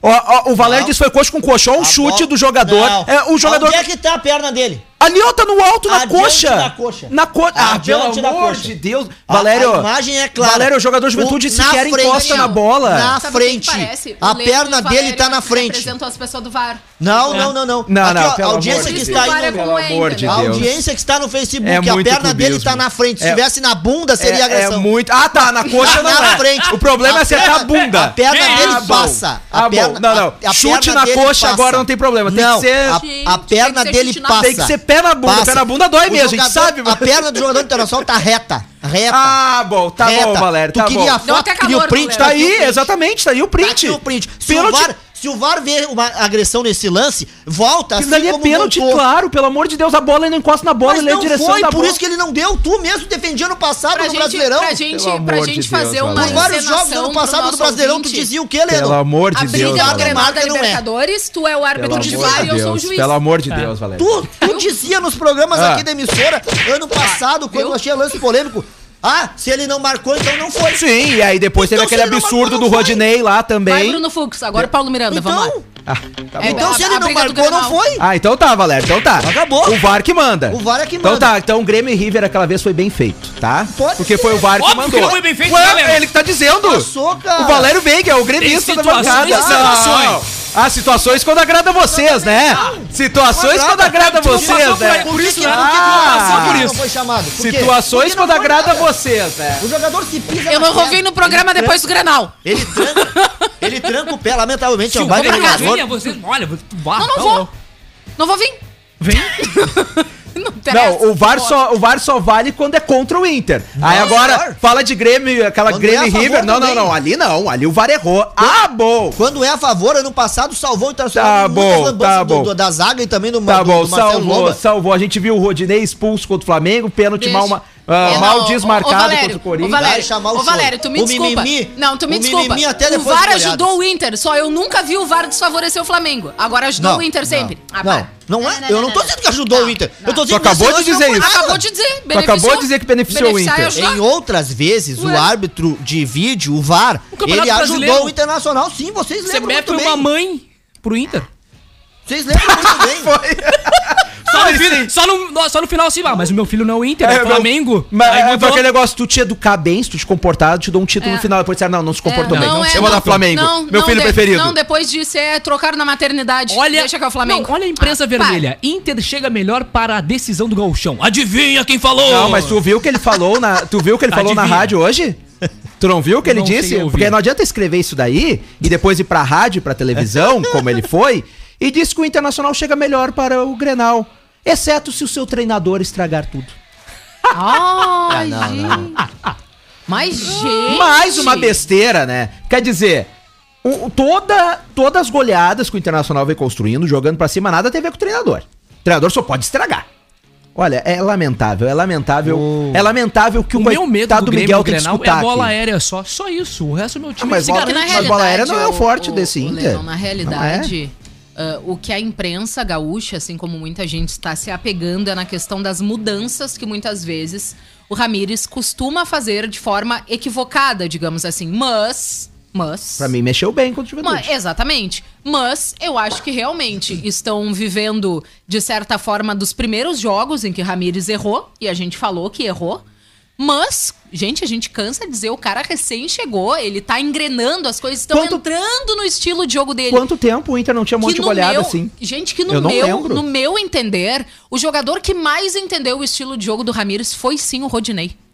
ó, ó, o Valério
Não.
disse foi coxa com coxa. Ó, um
A
chute
bola-
do jogador.
Tá Não.
É, o jogador.
Onde é que tá a perna dele?
Ali, ó, tá no alto, na
Adiante
coxa.
da coxa.
Na coxa. Ah, pelo
Adiante da
amor
coxa.
de Deus.
A-
Valério.
a imagem é clara.
Valério, o jogador de juventude
O- na
sequer
frente,
encosta na
Daniel,
bola.
Sabe o que
na-
que
frente.
parece?
A
O Leno
perna
e o
dele
Valério
tá na frente.
Representam as pessoas do VAR.
Não, não, não, não.
Não, não,
ó,
pelo
a audiência
amor
que
de
está
Deus.
aí.
Pelo amor de
A
Deus.
audiência que está no Facebook,
É
a
muito
perna dele
clubismo.
tá na frente. Se
É-
estivesse na bunda, seria
é, é
agressão.
muito. Ah, tá. Na coxa
Tá
não
na
é.
frente.
O problema
A
é acertar a
perna-
bunda.
a perna
Ah,
dele
bom.
passa. A
Ah,
perna-
bom. Não, não.
a- a
chute
perna
na
dele
coxa
passa.
agora não tem problema. Tem
Não,
que ser.
a-
Gente,
a,
tem que
perna
ser
dele
chute na-
passa.
Tem que ser pé na bunda.
Passa.
Pé na bunda dói
O
mesmo, a gente
jogador-
sabe. mas-
A perna do jogador internacional tá reta. Reta.
Ah, bom. Tá
reta.
bom, Valério.
Tu
Tá
queria a
bom.
Deu
foto,
até
queria o
calor,
print.
Tá
queria o
aí,
print.
exatamente. Tá aí o
Tá aqui
print.
o print. Se o
Pênalti.
VAR, se Se o VAR vê uma agressão nesse lance, volta
Aquilo dali é
assim como
pênalti,
voltou.
claro, pelo amor de Deus, a bola ele não encosta na bola,
Mas
ele é a
não
direção
foi,
da
por
bola.
isso que ele não deu. Tu mesmo defendia no passado
Pra
no
gente,
Brasileirão.
pra gente,
Pelo
pra
amor
gente
de
fazer
Deus,
uma
Por
Valério.
vários jogos do
encenação
ano
pro
passado
nosso
no Brasileirão, tu
ouvinte.
dizia o quê,
Pelo
Leno?
amor
A
de
briga
Deus,
é o
Valério.
Valério.
Grenal da
Marca não é.
Libertadores, tu é o árbitro
Pelo
de
amor
VAR
de
e eu sou o
Deus,
juiz.
pelo amor de
É.
Deus, Valério.
Tu, tu dizia nos programas
Ah.
aqui da emissora,
Ah,
ano passado, quando
viu?
eu achei lance polêmico, ah, se ele não marcou, então não foi.
Sim, e aí depois
Então,
teve aquele
se ele não
absurdo
marcou,
do
não foi.
Rodinei lá
Vai,
também.
Bruno Fux, agora Paulo Miranda, vamos lá.
Então,
Ah, tá
É,
bom.
então se
A-
ele
a
não
briga do
marcou, não
Grenal.
foi.
Ah, então tá, Valério, então tá.
Acabou.
O VAR que manda.
O VAR é que
Então
manda.
tá, então o Grêmio e River aquela vez foi bem feito, tá?
Pode
Porque
ser.
foi o VAR que
Óbvio que
mandou.
não foi bem feito,
Ué,
né, Leno?
ele que tá dizendo.
Passou, cara.
O Valério Veiga é o gremista da
situações
bancada.
e situações.
Ah, situações quando agrada vocês, né? Situações quando agrada
Tu não
vocês,
passou
né?
por-
Por isso que
né?
não, por que
Ah.
não passou por
Por
isso.
isso.
Não foi chamado. Por quê?
Situações
Porque não
quando
foi
agrada
nada.
vocês, né?
O jogador se pisa.
Eu
na
me envolvi
perna.
no programa depois do Grenal.
Ele tranca, ele tranca o pé,
Então,
lamentavelmente, é um baita
Vem pra
jogador.
assim?
casinha, você- Olha, tu vá,
Ah,
Não, não
tá
vou.
então
louco.
Não vou vir.
Vem.
Não, interessa.
Não, o VAR, só, o VAR só vale quando é contra o Inter. Aí agora,
claro.
fala de Grêmio, aquela
é Quando é
Grêmio
a
e
favor
River. Não, não,
também.
não. Ali não. Ali o VAR errou. Ah, bom.
Quando é a favor, ano passado salvou o Internacional.
Tá
em muitas
bom,
lambanças
tá bom.
Do, do, da zaga e também do, Ma-
Tá
do-
bom,
do Marcelo
salvou,
Lomba.
salvou. A gente viu o Rodinei expulso contra o Flamengo, pênalti
Deixa.
mal, ma- ah,
É,
mal
não,
desmarcado
ô, ô, Valério,
contra o Corinthians.
Ô, Valério,
Vai chamar o
ô, Valério, tu me
show. O
desculpa.
mimimi-
não, tu me
o
desculpa.
mimimi até
o
depois
VAR
do goleado.
ajudou o Inter, só eu nunca vi o VAR desfavorecer o Flamengo. Agora ajudou o Inter sempre. Ah,
Não,
para.
não, é. eu não tô dizendo que ajudou o Inter. Eu
Tu
tô dizendo
acabou
que
de dizer isso.
Tá. Acabou de dizer, é
acabou de dizer que beneficiou o
Beneficiar
Inter.
e ajudar.
Em outras vezes,
Ué.
o árbitro de vídeo, o VAR,
O
ele
Campeonato
ajudou
Brasileiro.
o Internacional, sim, vocês
Você
lembram
mete
muito
uma
bem.
mãe pro Inter.
Vocês lembram muito bem.
Só no, fim- só no- só no final assim, ah, mas o meu filho não é o Inter, é, o
Ah, meu-
Flamengo.
Mas
Aí
é
mudou.
foi aquele negócio, tu te educar bem, se tu te comportar, eu te dou um título
É.
no final. Depois disseram, não, não se comportou
É,
bem.
não é,
eu vou
não,
dar Flamengo.
não,
meu
não,
filho
de-
preferido.
Não, depois disso é trocar na maternidade.
Olha,
Deixa que é o Flamengo.
Não, olha a imprensa
Ah,
vermelha. Inter chega melhor para a decisão do Gauchão. Adivinha quem falou?
Não, mas tu viu o que ele falou na, tu viu o que ele falou na
Adivinha.
rádio hoje? Tu não viu o que ele
Não sei
disse?
ouvir.
Porque não adianta escrever isso daí e depois ir pra rádio, pra televisão, como ele foi, e disse que o Internacional chega melhor para o Grenal. Exceto se o seu treinador estragar tudo.
para.
Ah,
Ai, gente. Mas, gente.
Mais uma besteira, né? Quer dizer, o- o- toda, todas as goleadas que o Internacional vem construindo, jogando pra cima, nada tem a ver com o treinador. O treinador só pode estragar. Olha, é lamentável, é lamentável. É lamentável que o,
O meu medo
coitado
do Grêmio
Miguel
do
tem que
Grenal é
escutar
a bola
aqui.
aérea só. Só isso. O resto do meu time
mas
se
bola-
garante.
Porque na
Mas
realidade,
bola aérea não é o forte
o-
desse
o
Inter. é?
Leão, na realidade, ah, o que a imprensa gaúcha, assim como muita gente, está se apegando é na questão das mudanças que muitas vezes o Ramires costuma fazer de forma equivocada, digamos assim. Mas. Mas.
Pra mim, mexeu bem contra o
Ma-
Juventude.
exatamente. Mas eu acho que realmente estão vivendo, de certa forma, dos primeiros jogos em que Ramires errou, e a gente falou que errou. Mas, gente, a gente cansa de dizer, o cara recém chegou, ele tá engrenando, as coisas estão
Quanto-
entrando no estilo de jogo dele.
Quanto tempo o Inter não tinha um monte de
no
goleada
meu,
assim?
Gente, que no
Eu não
meu,
lembro.
no meu entender, o jogador que mais entendeu o estilo de jogo do Ramires foi sim o Rodinei.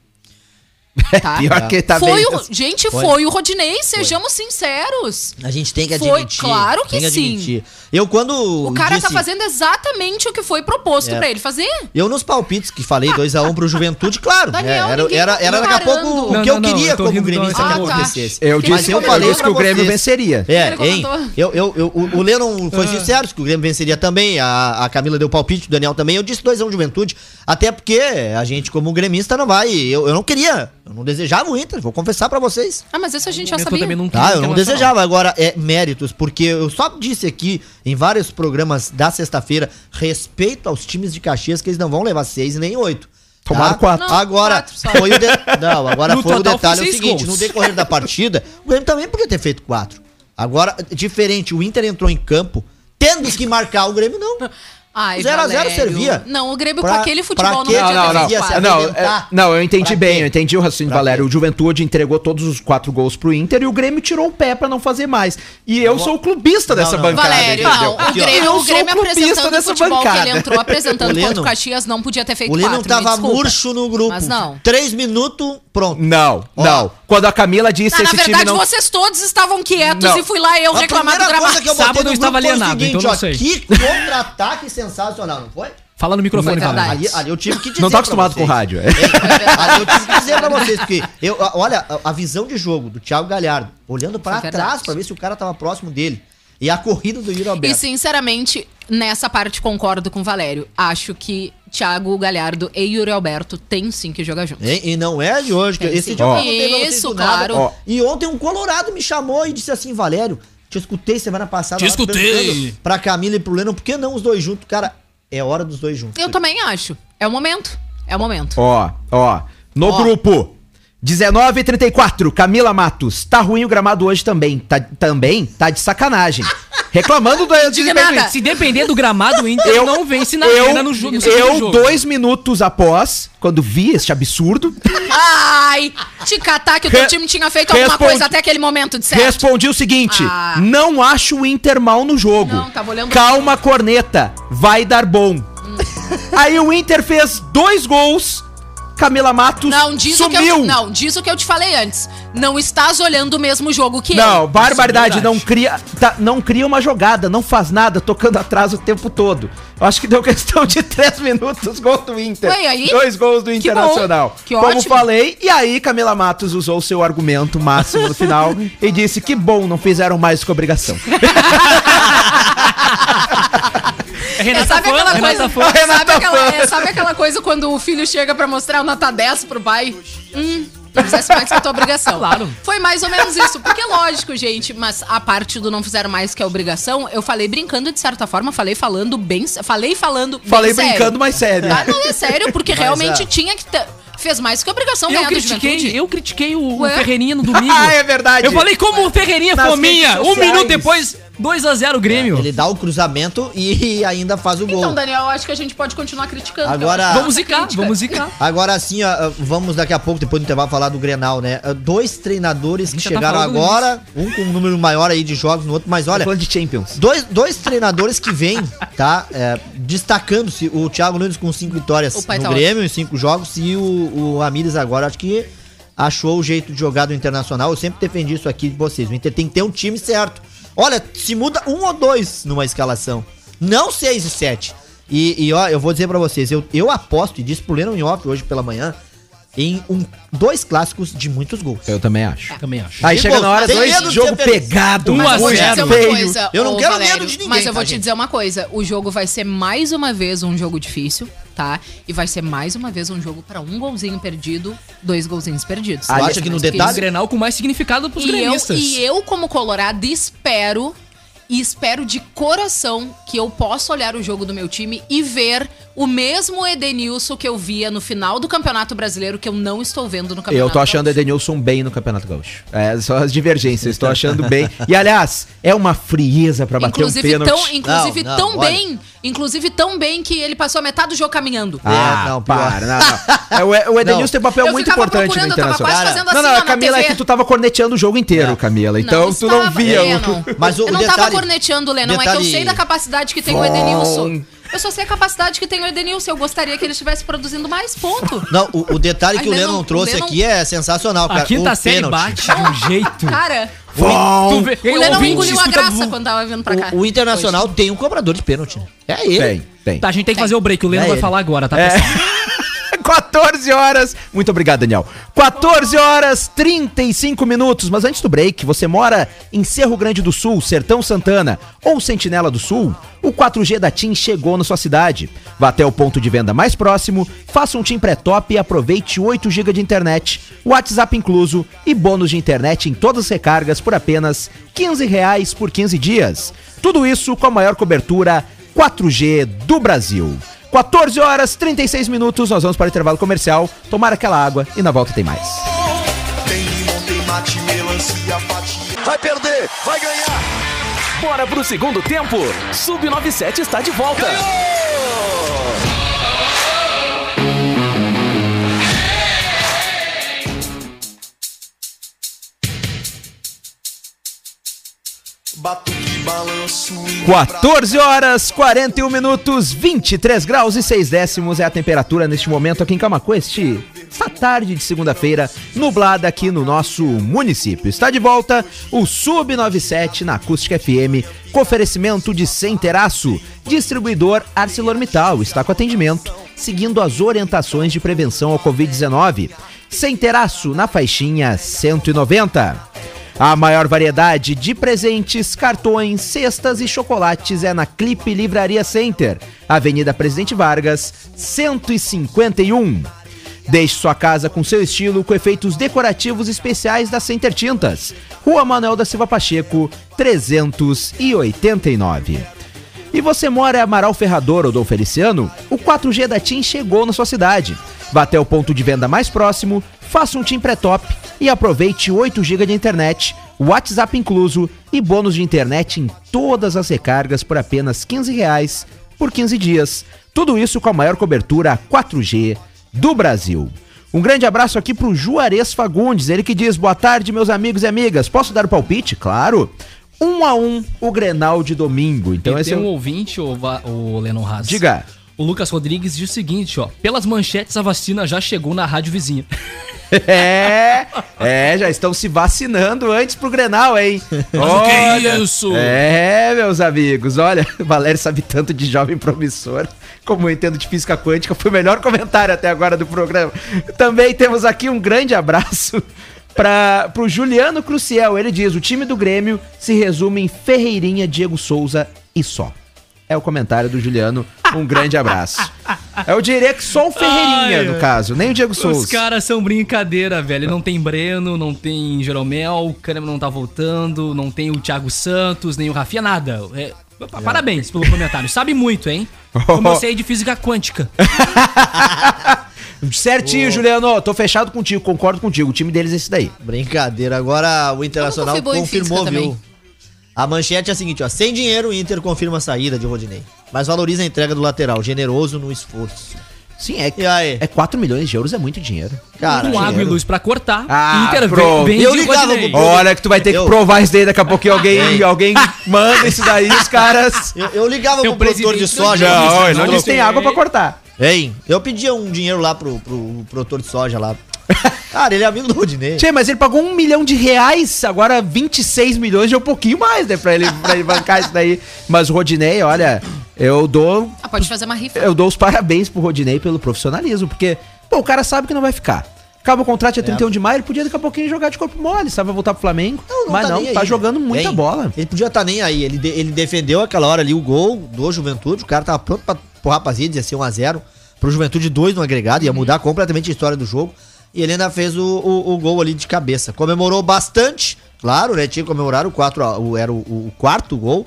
Tá?
Pior que tá
foi
bem.
o, gente, foi. o Rodinei, sejamos sinceros.
A gente tem que
Foi,
admitir.
claro que
tem
sim.
admitir. Eu quando
O cara tá
disse-
fazendo exatamente o que foi proposto pra ele fazer.
Eu nos palpites que falei 2x1 pro Juventude, claro.
Daniel,
é, era
ninguém
era,
tá
era daqui a pouco
comparando.
o
Não,
que
não,
eu
não,
queria
eu tô
como
rindo
gremista
da-
que
Ah, tá.
acontecesse.
Eu
Porque ele
disse, eu
comentou
disse que
pra
o Grêmio
vocês.
venceria.
É,
Ele
hein?
comentou.
Eu, eu, eu, o o Lennon
Ah.
foi sincero, disse que o Grêmio venceria também, a, a Camila deu palpite, o Daniel também. Eu disse 2x1 Juventude, até porque a gente, como gremista, não vai. Eu, eu não queria, eu não desejava o Inter, vou confessar pra vocês.
Ah, mas isso a gente já
Eu
sabia.
também não
Tá,
queria
eu não
Internacional.
desejava. Agora, é méritos, porque eu só disse aqui em vários programas da sexta-feira, respeito aos times de Caxias, que eles não vão levar seis nem oito. tá?
Tomaram quatro.
Não,
agora,
quatro só.
foi o de... Não, agora
No
foi o
total,
detalhe
foi
é o
seis
seguinte,
gols.
no decorrer da partida, o Grêmio também podia ter feito quatro. Agora, diferente, o Inter entrou em campo tendo que marcar, o Grêmio não.
Ai,
0 a 0
Valério.
servia.
Não, o Grêmio
Pra-
com aquele futebol
pra quê?
não podia
Não,
ter
não,
feito
Ia
quatro.
ser-
não, é,
arrebentar.
não, eu entendi
Pra
bem,
quê?
eu entendi o raciocínio, do
Pra
Valério.
quê?
O Juventude entregou todos os quatro gols pro Inter e o Grêmio tirou o pé pra não fazer mais. E eu sou o clubista dessa
não.
bancada,
Valério,
entendeu?
não. O
Aqui, ó.
Eu
Grêmio,
sou
o Grêmio
clubista
apresentando o
dessa
futebol que
bancada.
ele é um entrou apresentando
O Leno-
contra o Caxias não podia ter feito
O Lino
quatro. me
tava
desculpa.
murcho no grupo.
Mas não.
Três minutos, pronto.
Não,
Ó.
não. Quando a Camila disse
Tá, na
esse
verdade,
time não...
vocês todos estavam quietos
Não.
e fui lá eu
A
reclamar do
primeira
gramado.
coisa que eu botei
Sábado eu
no
estava
grupo foi o
alienado,
seguinte,
então não
ó,
sei.
Que contra-ataque sensacional, não foi?
Fala no microfone,
Foi
cara.
verdade.
Ali, ali eu tive que dizer
Não tá
pra
acostumado com
vocês.
rádio. é.
Ali eu tive que dizer pra vocês, porque eu, a- olha, a- a visão de jogo do Thiago Galhardo, olhando pra
Foi é verdade.
trás pra ver se o cara tava próximo dele. E a corrida do Yuri
E
Alberto.
sinceramente, nessa parte concordo com o Valério. Acho que Thiago Galhardo e Yuri Alberto têm sim que jogar juntos.
E, e não é de hoje. Que
Tem
esse
sim.
jogo
Ó.
não teve vocês
Isso,
do nada.
claro. Ó.
E ontem um colorado me chamou e disse assim, Valério, te escutei semana passada.
Te
lá
escutei.
perguntando Pra Camila e pro Lennon, por que não os dois juntos? Cara, é hora dos dois juntos.
Eu também acho. É o momento. É o momento.
Ó, ó. No
Ó.
grupo. 19 e 34, Camila Matos. Tá ruim o gramado hoje também. Tá, também? Tá de sacanagem. Reclamando do
Indignada.
desempenho do
Se depender do gramado, o Inter
Eu-
não vence na
eu,
arena no jogo. no segundo
eu dois minutos após, quando vi este absurdo,
Ai! Ticatá, que o teu
Re-
time tinha feito alguma
respondi-
coisa até aquele momento, de certo?
respondi o seguinte:
Ah.
não acho o Inter mal no jogo.
Não, tava olhando- Hum.
Calma, corneta, vai dar bom. Aí o Inter fez dois gols. Camila Matos
Não diz, o que
sumiu.
eu, não, diz o que eu te falei antes. Não estás olhando o mesmo jogo que
Não,
eu.
barbaridade,
verdade.
não cria, tá, não cria uma jogada, não faz nada, tocando atrás o tempo todo. Eu acho que deu questão de três minutos, gol do Inter.
Ué, e aí?
Dois gols do Internacional.
bom, que
Como
ótimo.
falei, e aí Camila Matos usou o seu argumento máximo no final e disse que bom, não fizeram mais que obrigação.
É
É,
Renata
sabe,
Fã,
aquela
Renata
coisa,
Fã.
Fã.
sabe,
Renata
aquela,
Fã.
é, sabe aquela coisa quando o filho chega pra mostrar o nota 10 pro pai? Hum, não fizesse mais que a tua obrigação.
Claro.
Foi mais ou menos isso. Porque é lógico, gente, mas a parte do não fizeram mais que a obrigação, eu falei brincando de certa forma, falei falando bem. Falei falando. bem
falei
sério.
brincando, mas sério.
Ah, não, é sério, porque realmente
é.
tinha que ter. Fez mais que a obrigação
Eu
ganhar é do
critiquei,
Juventude.
eu critiquei o, o
Ué?
Ferreirinha no domingo.
Ah, é verdade.
Eu falei como o Ferreirinha
Nas
fominha.
redes
Um
sociais.
minuto depois, 2x0 o Grêmio.
Ele dá o cruzamento e ainda faz o gol.
Então, Daniel, eu acho que a gente pode continuar criticando.
Agora-
eu acho que
Vamos
essa
zicar,
crítica-
vamos zicar.
Agora sim, ó, vamos daqui a pouco, depois do intervalo, falar do Grenal, né? Dois treinadores que
gente já tá
chegaram
falando do
agora, um com um número maior aí de jogos no outro, mas olha,
falando de Champions.
dois, dois treinadores que vêm, tá? É, Destacando-se o Thiago Nunes com cinco vitórias
O pai
no
tá
Grêmio, em cinco jogos, e o, o Amires agora, acho que achou o jeito de jogar do Internacional. Eu sempre defendi isso aqui de vocês. O Inter tem que ter um time certo. Olha, se muda um ou dois numa escalação, não seis e sete. E, e ó, eu vou dizer pra vocês, eu, eu aposto, e disse pro Lennon em off hoje pela manhã, em um, dois clássicos de muitos gols.
Eu também acho.
Também acho.
Aí
E,
chega
pô,
na hora,
tem medo
dois
de
jogo
ser feliz.
pegado,
Um a
Mas eu vou te
zero.
dizer
feio.
uma coisa.
é Eu não
ô,
quero medo de ninguém,
Mas eu vou
tá,
te
gente?
dizer uma coisa: o jogo vai ser mais uma vez um jogo difícil, tá? E vai ser mais uma vez um jogo pra um golzinho perdido, dois golzinhos perdidos.
Tu acha que no
Mas
detalhe?
O Tá Grenal com mais significado pros
e eu,
gremistas.
e eu, como colorado, espero e espero de coração que eu possa olhar o jogo do meu time e ver o mesmo Edenilson que eu via no final do Campeonato Brasileiro que eu não estou vendo no Campeonato
Eu tô achando o
Gaúcho.
Edenilson bem no Campeonato Gaúcho. É, só as divergências, tô achando bem. E aliás, é uma frieza pra bater
Inclusive,
um pênalti.
tão, inclusive
Não, não,
tão
olha.
bem, inclusive tão bem que ele passou a metade do jogo caminhando.
Ah,
É, não,
não,
pior.
para, não, não. É, o- é, o Edenilson
Não.
tem um papel
Eu
muito
ficava
importante no
procurando, eu tava
Internacional.
quase fazendo
não,
assim,
não,
ó,
a
na
Camila é
TV.
que tu tava corneteando o jogo inteiro, Camila. Então tu não
estava,
via.
é,
o-
não.
Mas o-
eu
o
não tava
detalhe-
corneteando o Lennon, é que
detalhe-
eu sei da capacidade que tem o Edenilson. Eu só sei a capacidade que tem o Edenilson. Eu gostaria que ele estivesse produzindo mais, ponto.
Não, o, o detalhe que o
Mas
Lennon,
Lennon-
trouxe
Lennon-
aqui é sensacional, cara.
A quinta
o
série
pênalti.
bate de um jeito.
Cara,
Tu vê-
o
Ei,
Lennon
ouvinte,
engoliu a
escuta-
graça quando tava vindo pra cá.
O, o Internacional tem um cobrador de pênalti. né? É ele.
Tem, tem.
Tá, a gente tem que fazer o break. O Leno
É
vai
ele.
falar agora, tá,
É.
pessoal?
14 horas. Muito obrigado, Daniel. 14 horas 35 minutos. Mas antes do break, você mora em Cerro Grande do Sul, Sertão Santana ou Sentinela do Sul? O 4G da TIM chegou na sua cidade. Vá até o ponto de venda mais próximo, faça um TIM pré-top e aproveite 8 GB de internet, WhatsApp incluso e bônus de internet em todas as recargas por apenas R$ 15 reais por 15 dias. Tudo isso com a maior cobertura 4G do Brasil. 14 horas 36 minutos, nós vamos para o intervalo comercial, tomar aquela água e na volta tem mais.
Tem limão, tem mate, melancia, fatia. Vai perder, vai ganhar.
Bora pro segundo tempo. Sub-97 está de volta.
Batuque, balanço. e
14 horas 41 minutos, 23 graus e 6 décimos é a temperatura neste momento aqui em Camacuã, este, esta tarde de segunda-feira, nublada aqui no nosso município. Está de volta o Sub97 na Acústica FM, com oferecimento de Sem Teraço, distribuidor ArcelorMittal, está com atendimento, seguindo as orientações de prevenção ao Covid-19. Sem Teraço, na faixinha 190. A maior variedade de presentes, cartões, cestas e chocolates é na Clipe Livraria Center, Avenida Presidente Vargas, 151. Deixe sua casa com seu estilo com efeitos decorativos especiais da Center Tintas. Rua Manuel da Silva Pacheco, 389. E você mora em Amaral Ferrador ou Dom Feliciano? O 4G da TIM chegou na sua cidade. Vá até o ponto de venda mais próximo, faça um TIM pré-top e aproveite 8GB de internet, WhatsApp incluso e bônus de internet em todas as recargas por apenas R$ 15 reais por 15 dias. Tudo isso com a maior cobertura 4G do Brasil. Um grande abraço aqui pro Juarez Fagundes, ele que diz: Boa tarde, meus amigos e amigas. Posso dar o palpite? Claro. Um a um o Grenal de domingo. Então
Então,
esse é
tem um
o...
ouvinte, o, Va- o Lennon Haas.
Diga.
O Lucas Rodrigues diz o seguinte, ó. Pelas manchetes, a vacina já chegou na rádio vizinha.
É, é, já estão se vacinando antes pro Grenal, hein? Olha,
isso?
É, meus amigos, olha, o Valério sabe tanto de jovem promissor, como eu entendo de física quântica, foi o melhor comentário até agora do programa. Também temos aqui um grande abraço para pro Juliano Cruciel. Ele diz: "O time do Grêmio se resume em Ferreirinha, Diego Souza e só". É o comentário do Juliano. Um grande abraço. Eu diria que só o Ferreirinha,
Ai,
no caso, nem o Diego
Os
Souza.
caras são brincadeira, velho. Não tem Breno, não tem Jeromel, o Kahneman não tá voltando, não tem o Thiago Santos, nem o Rafinha, nada. É, Parabéns pelo comentário. Sabe muito, hein? Como eu sei de física quântica.
Certinho, Juliano. Tô fechado contigo, concordo contigo. O time deles é esse daí.
Brincadeira. Agora o Internacional
Eu nunca fui boa em
confirmou,
física
viu?
também.
A manchete é a seguinte, ó. Sem dinheiro, o Inter confirma a saída de Rodinei. Mas valoriza a entrega do lateral. Generoso no esforço.
Sim, é que
E aí?
É 4 milhões de euros é muito dinheiro.
Cara,
com água e
dinheiro.
luz pra cortar.
Ah,
Inter
pronto.
vende
Eu
o
ligava
Rodinei.
pro-
Olha que tu vai ter que
Eu-
provar isso daí daqui a pouquinho. Alguém,
Ei.
alguém manda isso daí, os caras.
Eu, eu ligava
Tem
pro
o
produtor de
presidente né? do
soja.
Inter.
ó,
Não,
disse,
ele não
"Não,
Eles têm água pra cortar.
Hein? Eu pedia um dinheiro lá pro, pro produtor de soja lá. Cara, ele é amigo do Rodinei.
Tchê, mas ele pagou um milhão de reais, agora 26 milhões já é um pouquinho mais, né? Pra ele, pra ele bancar isso daí. Mas o Rodinei, olha, eu dou.
Ah, pode fazer uma rifa.
Eu dou os parabéns pro Rodinei pelo profissionalismo, porque, pô, o cara sabe que não vai ficar. Acaba o contrato é
É.
dia 31 de maio, ele podia daqui a pouquinho jogar de corpo mole, sabe? Vai voltar pro Flamengo. mas não,
nem aí,
tá
né?
jogando muita
Hein?
bola.
Ele podia estar nem aí. Ele, de- ele defendeu aquela hora ali o gol do Juventude. O cara tava pronto pra porra rapaziada, ia ser 1x0. Pro Juventude 2 no agregado, ia mudar completamente a história do jogo. E ele ainda fez o, o, o gol ali de cabeça. Comemorou bastante, claro, né? Tinha que comemorar o 4, o, era o, o quarto gol.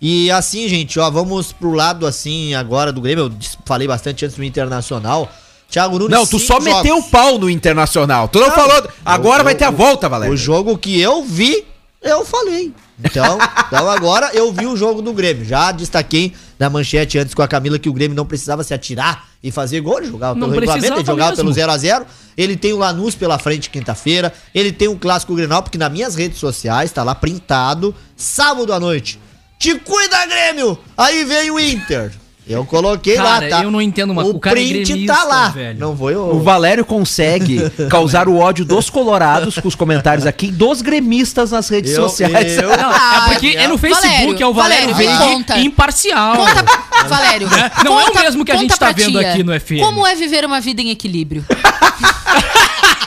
E assim, gente, ó, vamos pro lado assim agora do Grêmio. Eu dis- falei bastante antes do Internacional. Thiago Nunes.
Não, tu só
cinco jogos.
meteu o pau no Internacional. Tu não, falou. Agora
Eu-
vai ter a
eu-
volta, Valério.
O jogo que eu vi, eu falei. Então, então agora eu vi o jogo do Grêmio. Já destaquei na manchete antes com a Camila que o Grêmio não precisava se atirar e fazer gol. Ele jogava
Não
pelo regulamento, ele
precisava
jogava
mesmo.
pelo 0 a 0 Ele tem o Lanús pela frente quinta-feira. Ele tem o Clássico Grenal, porque nas minhas redes sociais tá lá printado. Sábado à noite. Te cuida, Grêmio! Aí vem o Inter. Eu coloquei
Cara,
lá, tá?
eu não entendo uma-
O,
o cara é
print
gremista,
tá lá.
velho.
Não vou eu.
O Valério consegue causar o ódio dos colorados com os comentários aqui, dos gremistas nas redes
Eu-
sociais.
eu-
Não, é porque é no Facebook,
Valério,
é o Valério,
Valério,
Veig
conta.
imparcial.
Conta, pra- Valério.
Não é o
conta-
mesmo que a
conta
gente tá
pra
vendo aqui no FM.
Como é viver uma vida em equilíbrio?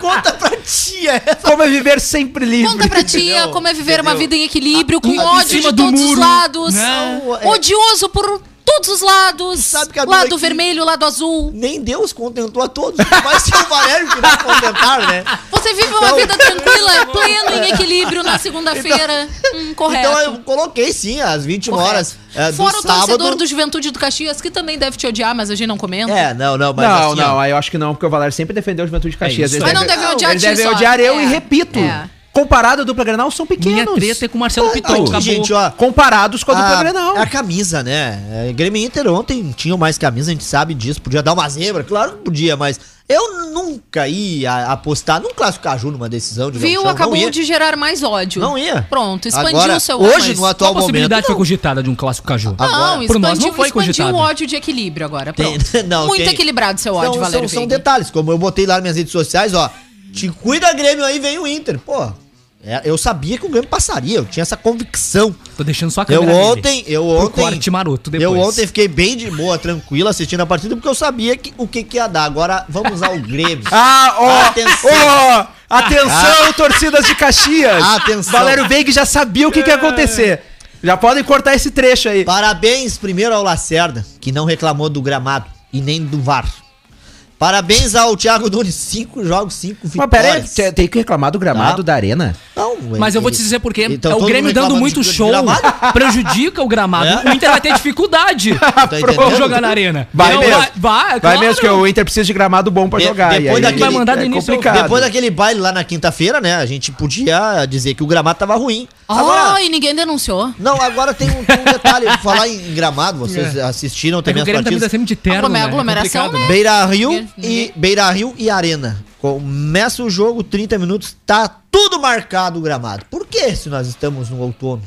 Conta pra tia.
Como é viver sempre livre.
Conta pra tia
Entendeu?
como é viver uma
Entendeu?
vida em equilíbrio, com
Em
ódio
cima
de
do
todos os
muro,
lados.
né?
Não, é-
Odioso por todos os lados.
Sabe, Camila,
lado
que-
vermelho, lado azul.
nem Deus contentou a todos. Vai ser o Valério que vai contentar, né?
Você vive uma vida tranquila, pleno, em equilíbrio na segunda-feira. Hum, correto.
Então eu coloquei sim, às 21
correto.
horas é, do
Fora o torcedor
sábado.
do Juventude do Caxias, que também deve te odiar, mas a gente não comenta.
É, não, não, mas
Não,
assim,
não,
ó,
aí eu acho que não, porque o Valério sempre defendeu o Juventude de Caxias.
isso.
Eles
Mas não
devem-
deve odiar
Eles
a ti
devem
só.
odiar eu
É.
e repito.
É.
Comparado à dupla Grenal, são pequenos.
Minha treta é com o Marcelo Pitol.
aqui,
acabou.
gente, ó.
Comparados com a dupla
a,
Grenal.
Ah, a camisa, né? É, Grêmio e Inter ontem tinham mais camisa, a gente sabe disso. Podia dar uma zebra, claro que podia, mas eu nunca ia apostar num clássico caju numa decisão de
Viu?
gauchão, não
Acabou
ia.
de gerar mais ódio.
um Não ia.
Pronto, expandiu
Agora,
o seu
hoje,
mas-
no
Qual
atual
a
momento,
possibilidade foi cogitada de um clássico caju?
Não,
Agora.
expandiu,
Por nós não foi
expandiu
cogitado.
o ódio de equilíbrio agora.
Tem-
Pronto.
não,
Muito
tem-
equilibrado seu ódio,
são,
Valério.
são, são
Veig.
detalhes, como eu botei lá nas minhas redes sociais, ó. Te cuida, Grêmio, aí vem o Inter. Pô, é, eu sabia que o Grêmio passaria, eu tinha essa convicção.
Tô deixando só a
Eu
câmera livre.
ontem, eu ontem.
corte maroto depois.
Eu ontem fiquei bem de boa, tranquila, assistindo a partida, porque eu sabia que, o que, que ia dar. Agora vamos ao Grêmio.
Ah, ó!
Atenção.
ó! Atenção, torcidas de Caxias.
Atenção.
Valério Veig já sabia o que, que ia acontecer. Já podem cortar esse trecho aí.
Parabéns primeiro ao Lacerda, que não reclamou do gramado e nem do VAR. Parabéns ao Thiago Nunes, cinco jogos, cinco
Mas pera aí,
vitórias.
te- tem que reclamar do gramado
Tá.
da arena?
Não,
Mas eu vou te
ele-
dizer por quê.
Então
é o
todo
Grêmio
mundo
dando
reclamando
muito
de- de
show,
gramado?
prejudica o gramado.
É?
O Inter vai ter dificuldade
Tá
pra
entendendo?
jogar na arena.
Vai
Não,
mesmo.
Vai, vai,
Vai
claro. É
mesmo que o Inter precisa de gramado bom pra
De-
jogar.
depois
e aí
daquele- Vai
mandar do
é
início ao fim.
complicado.
Depois daquele baile lá na quinta-feira, né? A gente podia dizer que o gramado tava ruim.
Oh,
Agora-
e ninguém denunciou.
não, agora tem um, tem um detalhe. Falar em gramado, vocês assistiram
É que
também
o
as
Grêmio também tá
partidas.
sempre de terno,
Aglomer-
né? É
aglomeração,
complicado,
né?
Beira Rio e
Ninguém-
Beira Rio e Arena. Começa o jogo, 30 minutos, tá tudo marcado o gramado. Por que se nós estamos no outono?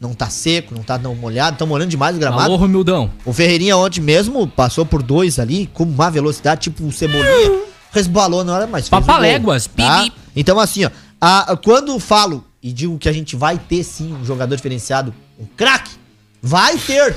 Não tá seco, não tá não molhado, estamos molhando demais o gramado.
Alô, Romildão.
O Ferreirinha ontem mesmo passou por dois ali, com má velocidade, tipo o Cebolinha, resbalou na hora, mas fez o gol,
Papaléguas,
tá?
pi, pi.
Então assim, ó, a- quando falo e digo que a gente vai ter sim um jogador diferenciado, um craque, vai ter,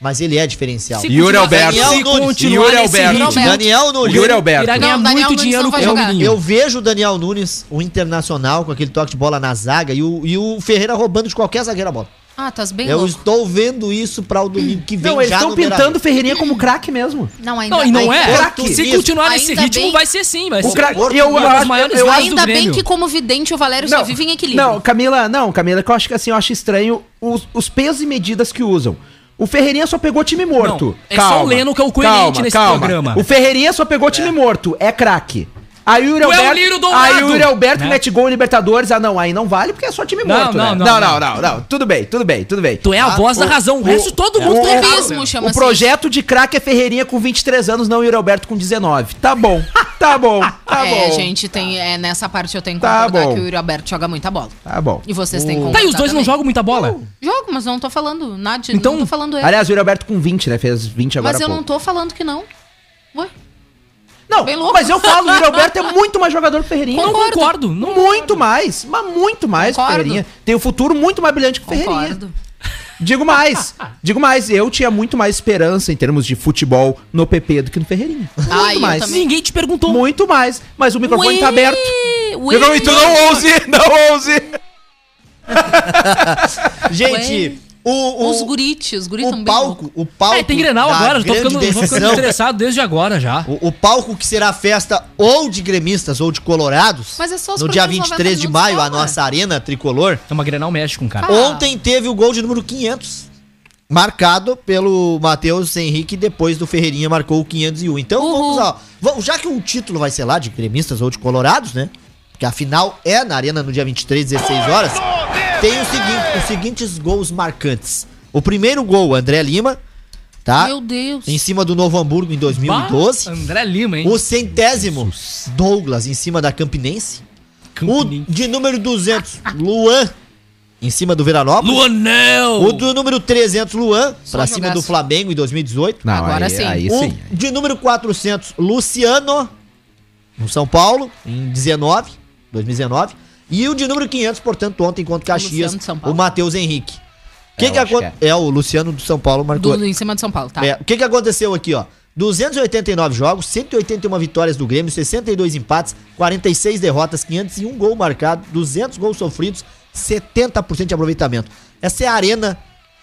mas ele é diferencial.
Se
Yuri
continuar-
Alberto.
Se
Nunes.
continuar
Yuri
nesse
Alberto.
ritmo,
Daniel
O
Nunes.
Yuri
irá
Alberto.
ganhar
Não, Daniel
muito
Nunes
dinheiro
não
com
vai
o
jogar.
Mourinho.
Eu vejo o Daniel Nunes, o internacional, com aquele toque de bola na zaga e o, e o Ferreira roubando de qualquer zagueiro a bola.
Ah, tu és bem
Eu
louco.
estou vendo isso para o domingo que vem
Não, eles estão
no Beira-Rio.
pintando o Ferreirinha como craque mesmo.
Não, ainda
Não, e não é.
Craque.
Se continuar
Ainda
nesse ritmo,
bem-
vai ser sim. Vai
O
ser
craque-
Porto,
eu
uma das
acho-
maiores
eu
bases do
Ainda bem
Grêmio.
que, como vidente, o Valério só vive em equilíbrio.
Não, Camila, não, Camila, que eu acho que assim, eu acho estranho os, os pesos e medidas que usam. O Ferreirinha só pegou time morto.
Não, é só o Leno que é o coerente nesse programa.
O Ferreirinha só pegou time morto, é craque. Aí o Yuri
Tu é o
Alberto,
Lírio Dourado.
aí o Yuri Alberto
Né?
mete gol em Libertadores, ah não, aí não vale porque é só time
Não,
morto,
não,
né?
não, não.
tudo bem, tudo bem, tudo bem.
Tu é a voz
Ah,
da razão. O resto
é
todo mundo tem razão.
é mesmo, chama
O projeto de craque é Ferreirinha com 23 anos, não o Yuri Alberto com 19. Tá bom, tá bom, tá
é,
bom.
gente, tem, é, nessa parte eu tenho que
Tá
concordar
bom.
que o Yuri Alberto joga muita bola.
Tá bom.
E vocês têm que
Tá,
concordar
e os dois não
também.
jogam muita bola.
Jogo, mas não tô falando. Nadia,
Então,
não tô falando ele.
Aliás, o Yuri Alberto com 20, né? Fez 20 agora
mas
há
eu
pouco.
não tô falando que não. Ué?
Não,
Bem louco.
mas eu falo, o Yuri Alberto é muito mais jogador que o Ferreirinha.
Não concordo. Não
Muito mais, mas muito mais que o
Concordo.
Ferreirinha. Tem um futuro muito mais brilhante que o Ferreirinha.
Concordo.
Digo mais, digo mais, eu tinha muito mais esperança em termos de futebol no PP do que no Ferreirinha. Muito
Ah, eu
mais.
também.
Ninguém te perguntou.
Muito mais, mas o microfone tá aberto. é
Ué,
Eu não- e tu não ouse, não ouse.
Gente, o, o,
Os gurite, os gurite
o
tão bem loucos.
palco, o palco.
É, tem Grenal
da
agora. Eu tô
grande
ficando, eu tô ficando
decisão,
estressado desde agora já.
O, o palco que será festa ou de gremistas ou de colorados.
Mas é só os
No dia
primeiros
23 de
90 minutos
maio,
só,
a
né?
nossa arena tricolor.
É uma Grenal mexe com o cara.
Ah.
Ontem teve o gol de número 500. Marcado pelo Matheus Henrique, depois do Ferreirinha marcou o 501. Então vamos
Uhul.
lá. Vamos- Já que o título vai ser lá de gremistas ou de colorados, né? Porque a final é na arena no dia 23, 16 horas. Tem o seguinte- os seguintes gols marcantes. O primeiro gol, André Lima, tá?
Meu Deus.
Em cima do Novo Hamburgo em 2012.
Bah, André Lima, hein?
O centésimo, Douglas, em cima da Campinense. O
Campinense.
de número 200, Luan, em cima do Veranópolis.
Luanel!
O do número 300, Luan,
Só
pra cima
jogaço.
do Flamengo em 2018.
Não,
Agora
aí,
sim.
Aí
o
sim.
Um de número 400, Luciano, no São Paulo, em 19, 2019. E o de número 500, portanto, ontem contra o Caxias,
Luciano de São
o
Paulo.
Matheus Henrique.
É,
Que
eu
que
acho
acon-
que é.
é. o Luciano do São Paulo marcou.
Do, em cima de São Paulo, tá?
É, o que, que aconteceu aqui, ó? 289 jogos, 181 vitórias do Grêmio, 62 empates, 46 derrotas, 501 gol marcado, 200 gols sofridos, 70% de aproveitamento. Essa é a arena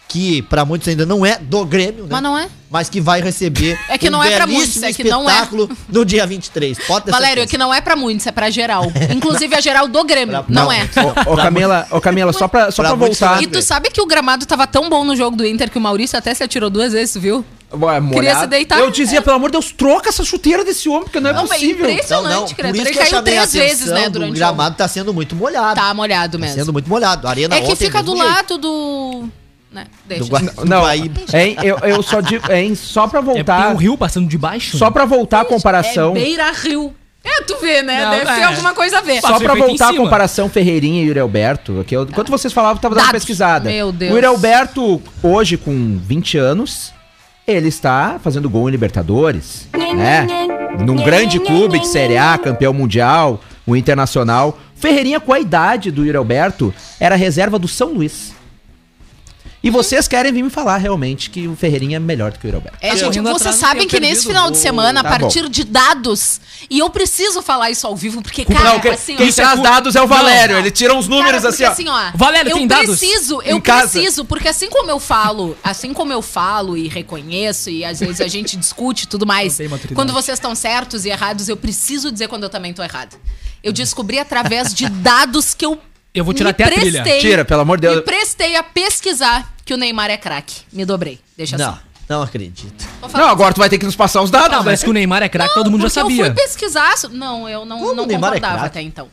que pra muitos ainda não é do Grêmio, né?
Mas não é?
Mas que vai receber um
É que não é pra muitos,
belíssimo
é que não é.
espetáculo no dia 23. Pode ter
Valério,
certeza.
que não é pra muitos, é pra geral. Inclusive a geral do Grêmio.
Pra-
Não,
não.
é.
Ô, ô, Camila, ô, Camila, só pra, só
Pra
pra
muitos
voltar.
não.
E tu sabe que o gramado tava tão bom no jogo do Inter que o Maurício até se atirou duas vezes, tu viu?
Ué, molhado.
se deitar.
Eu dizia, pelo amor de Deus, troca essa chuteira desse homem, porque não é
Não, mas
possível.
impre-
Não, não,
impressionante,
por
criatura.
isso
Ele
que eu
caiu
chamei a
três vezes,
atenção
né,
do
durante o
gramado tá sendo muito molhado.
Tá molhado
Tá
mesmo.
sendo muito molhado. A arena
É que
ontem,
fica do
mesmo jeito.
lado do. Né? Deixa.
Do Gua-
Não,
Aí-
hein, eu, eu só digo, hein, só pra
tá
É, tem
voltar,
um rio passando de baixo.
só pra voltar a comparação,
É Beira Rio. É, tu vê, né?
Não,
Deve
é.
ter alguma coisa a ver.
Só
só pra
Feito em
voltar a
cima.
comparação Ferreirinha e Yuri Alberto, que eu, enquanto vocês falavam, eu tava dando uma
Tá. Dados.
pesquisada.
Meu Deus.
O Yuri Alberto, hoje com 20 anos, ele está fazendo gol em Libertadores, né? Num grande clube de Série A, campeão mundial, um o Internacional. Ferreirinha, com a idade do Yuri Alberto, era reserva do São Luís. E vocês querem vir me falar realmente que o Ferreirinha é melhor do que o Roberto.
É,
Tá
gente,
correndo
vocês
atrás,
sabem
eu
que
perdi
nesse
do
final
gol.
de semana,
Tá
a partir de dados, e eu preciso falar isso ao vivo, porque, cara,
Não, quem
assim, ó,
quem traz dados é o Valério. Ele tira uns números
Cara,
assim,
porque
ó.
ó.
Valério,
eu
tem dados?
preciso,
Em
eu
casa?
preciso, porque assim como eu falo, assim como eu falo e reconheço e às vezes a gente discute e tudo mais,
Não tem maturidade.
quando vocês estão certos e errados, eu preciso dizer quando eu também tô errada. Eu descobri através de dados que eu
Eu vou tirar
me
até a trilha.
prestei-
Tira, pelo amor de Deus.
Me prestei a pesquisar que o Neymar é craque. Me dobrei. Deixa assim.
Não, não acredito.
Não, agora tu vai ter que nos passar os dados. né?
Tá, mas que o Neymar é craque, todo mundo já
Porque
sabia.
Eu fui pesquisar. so- Não, eu não,
Como
não
o Neymar é
concordava
craque?
até então.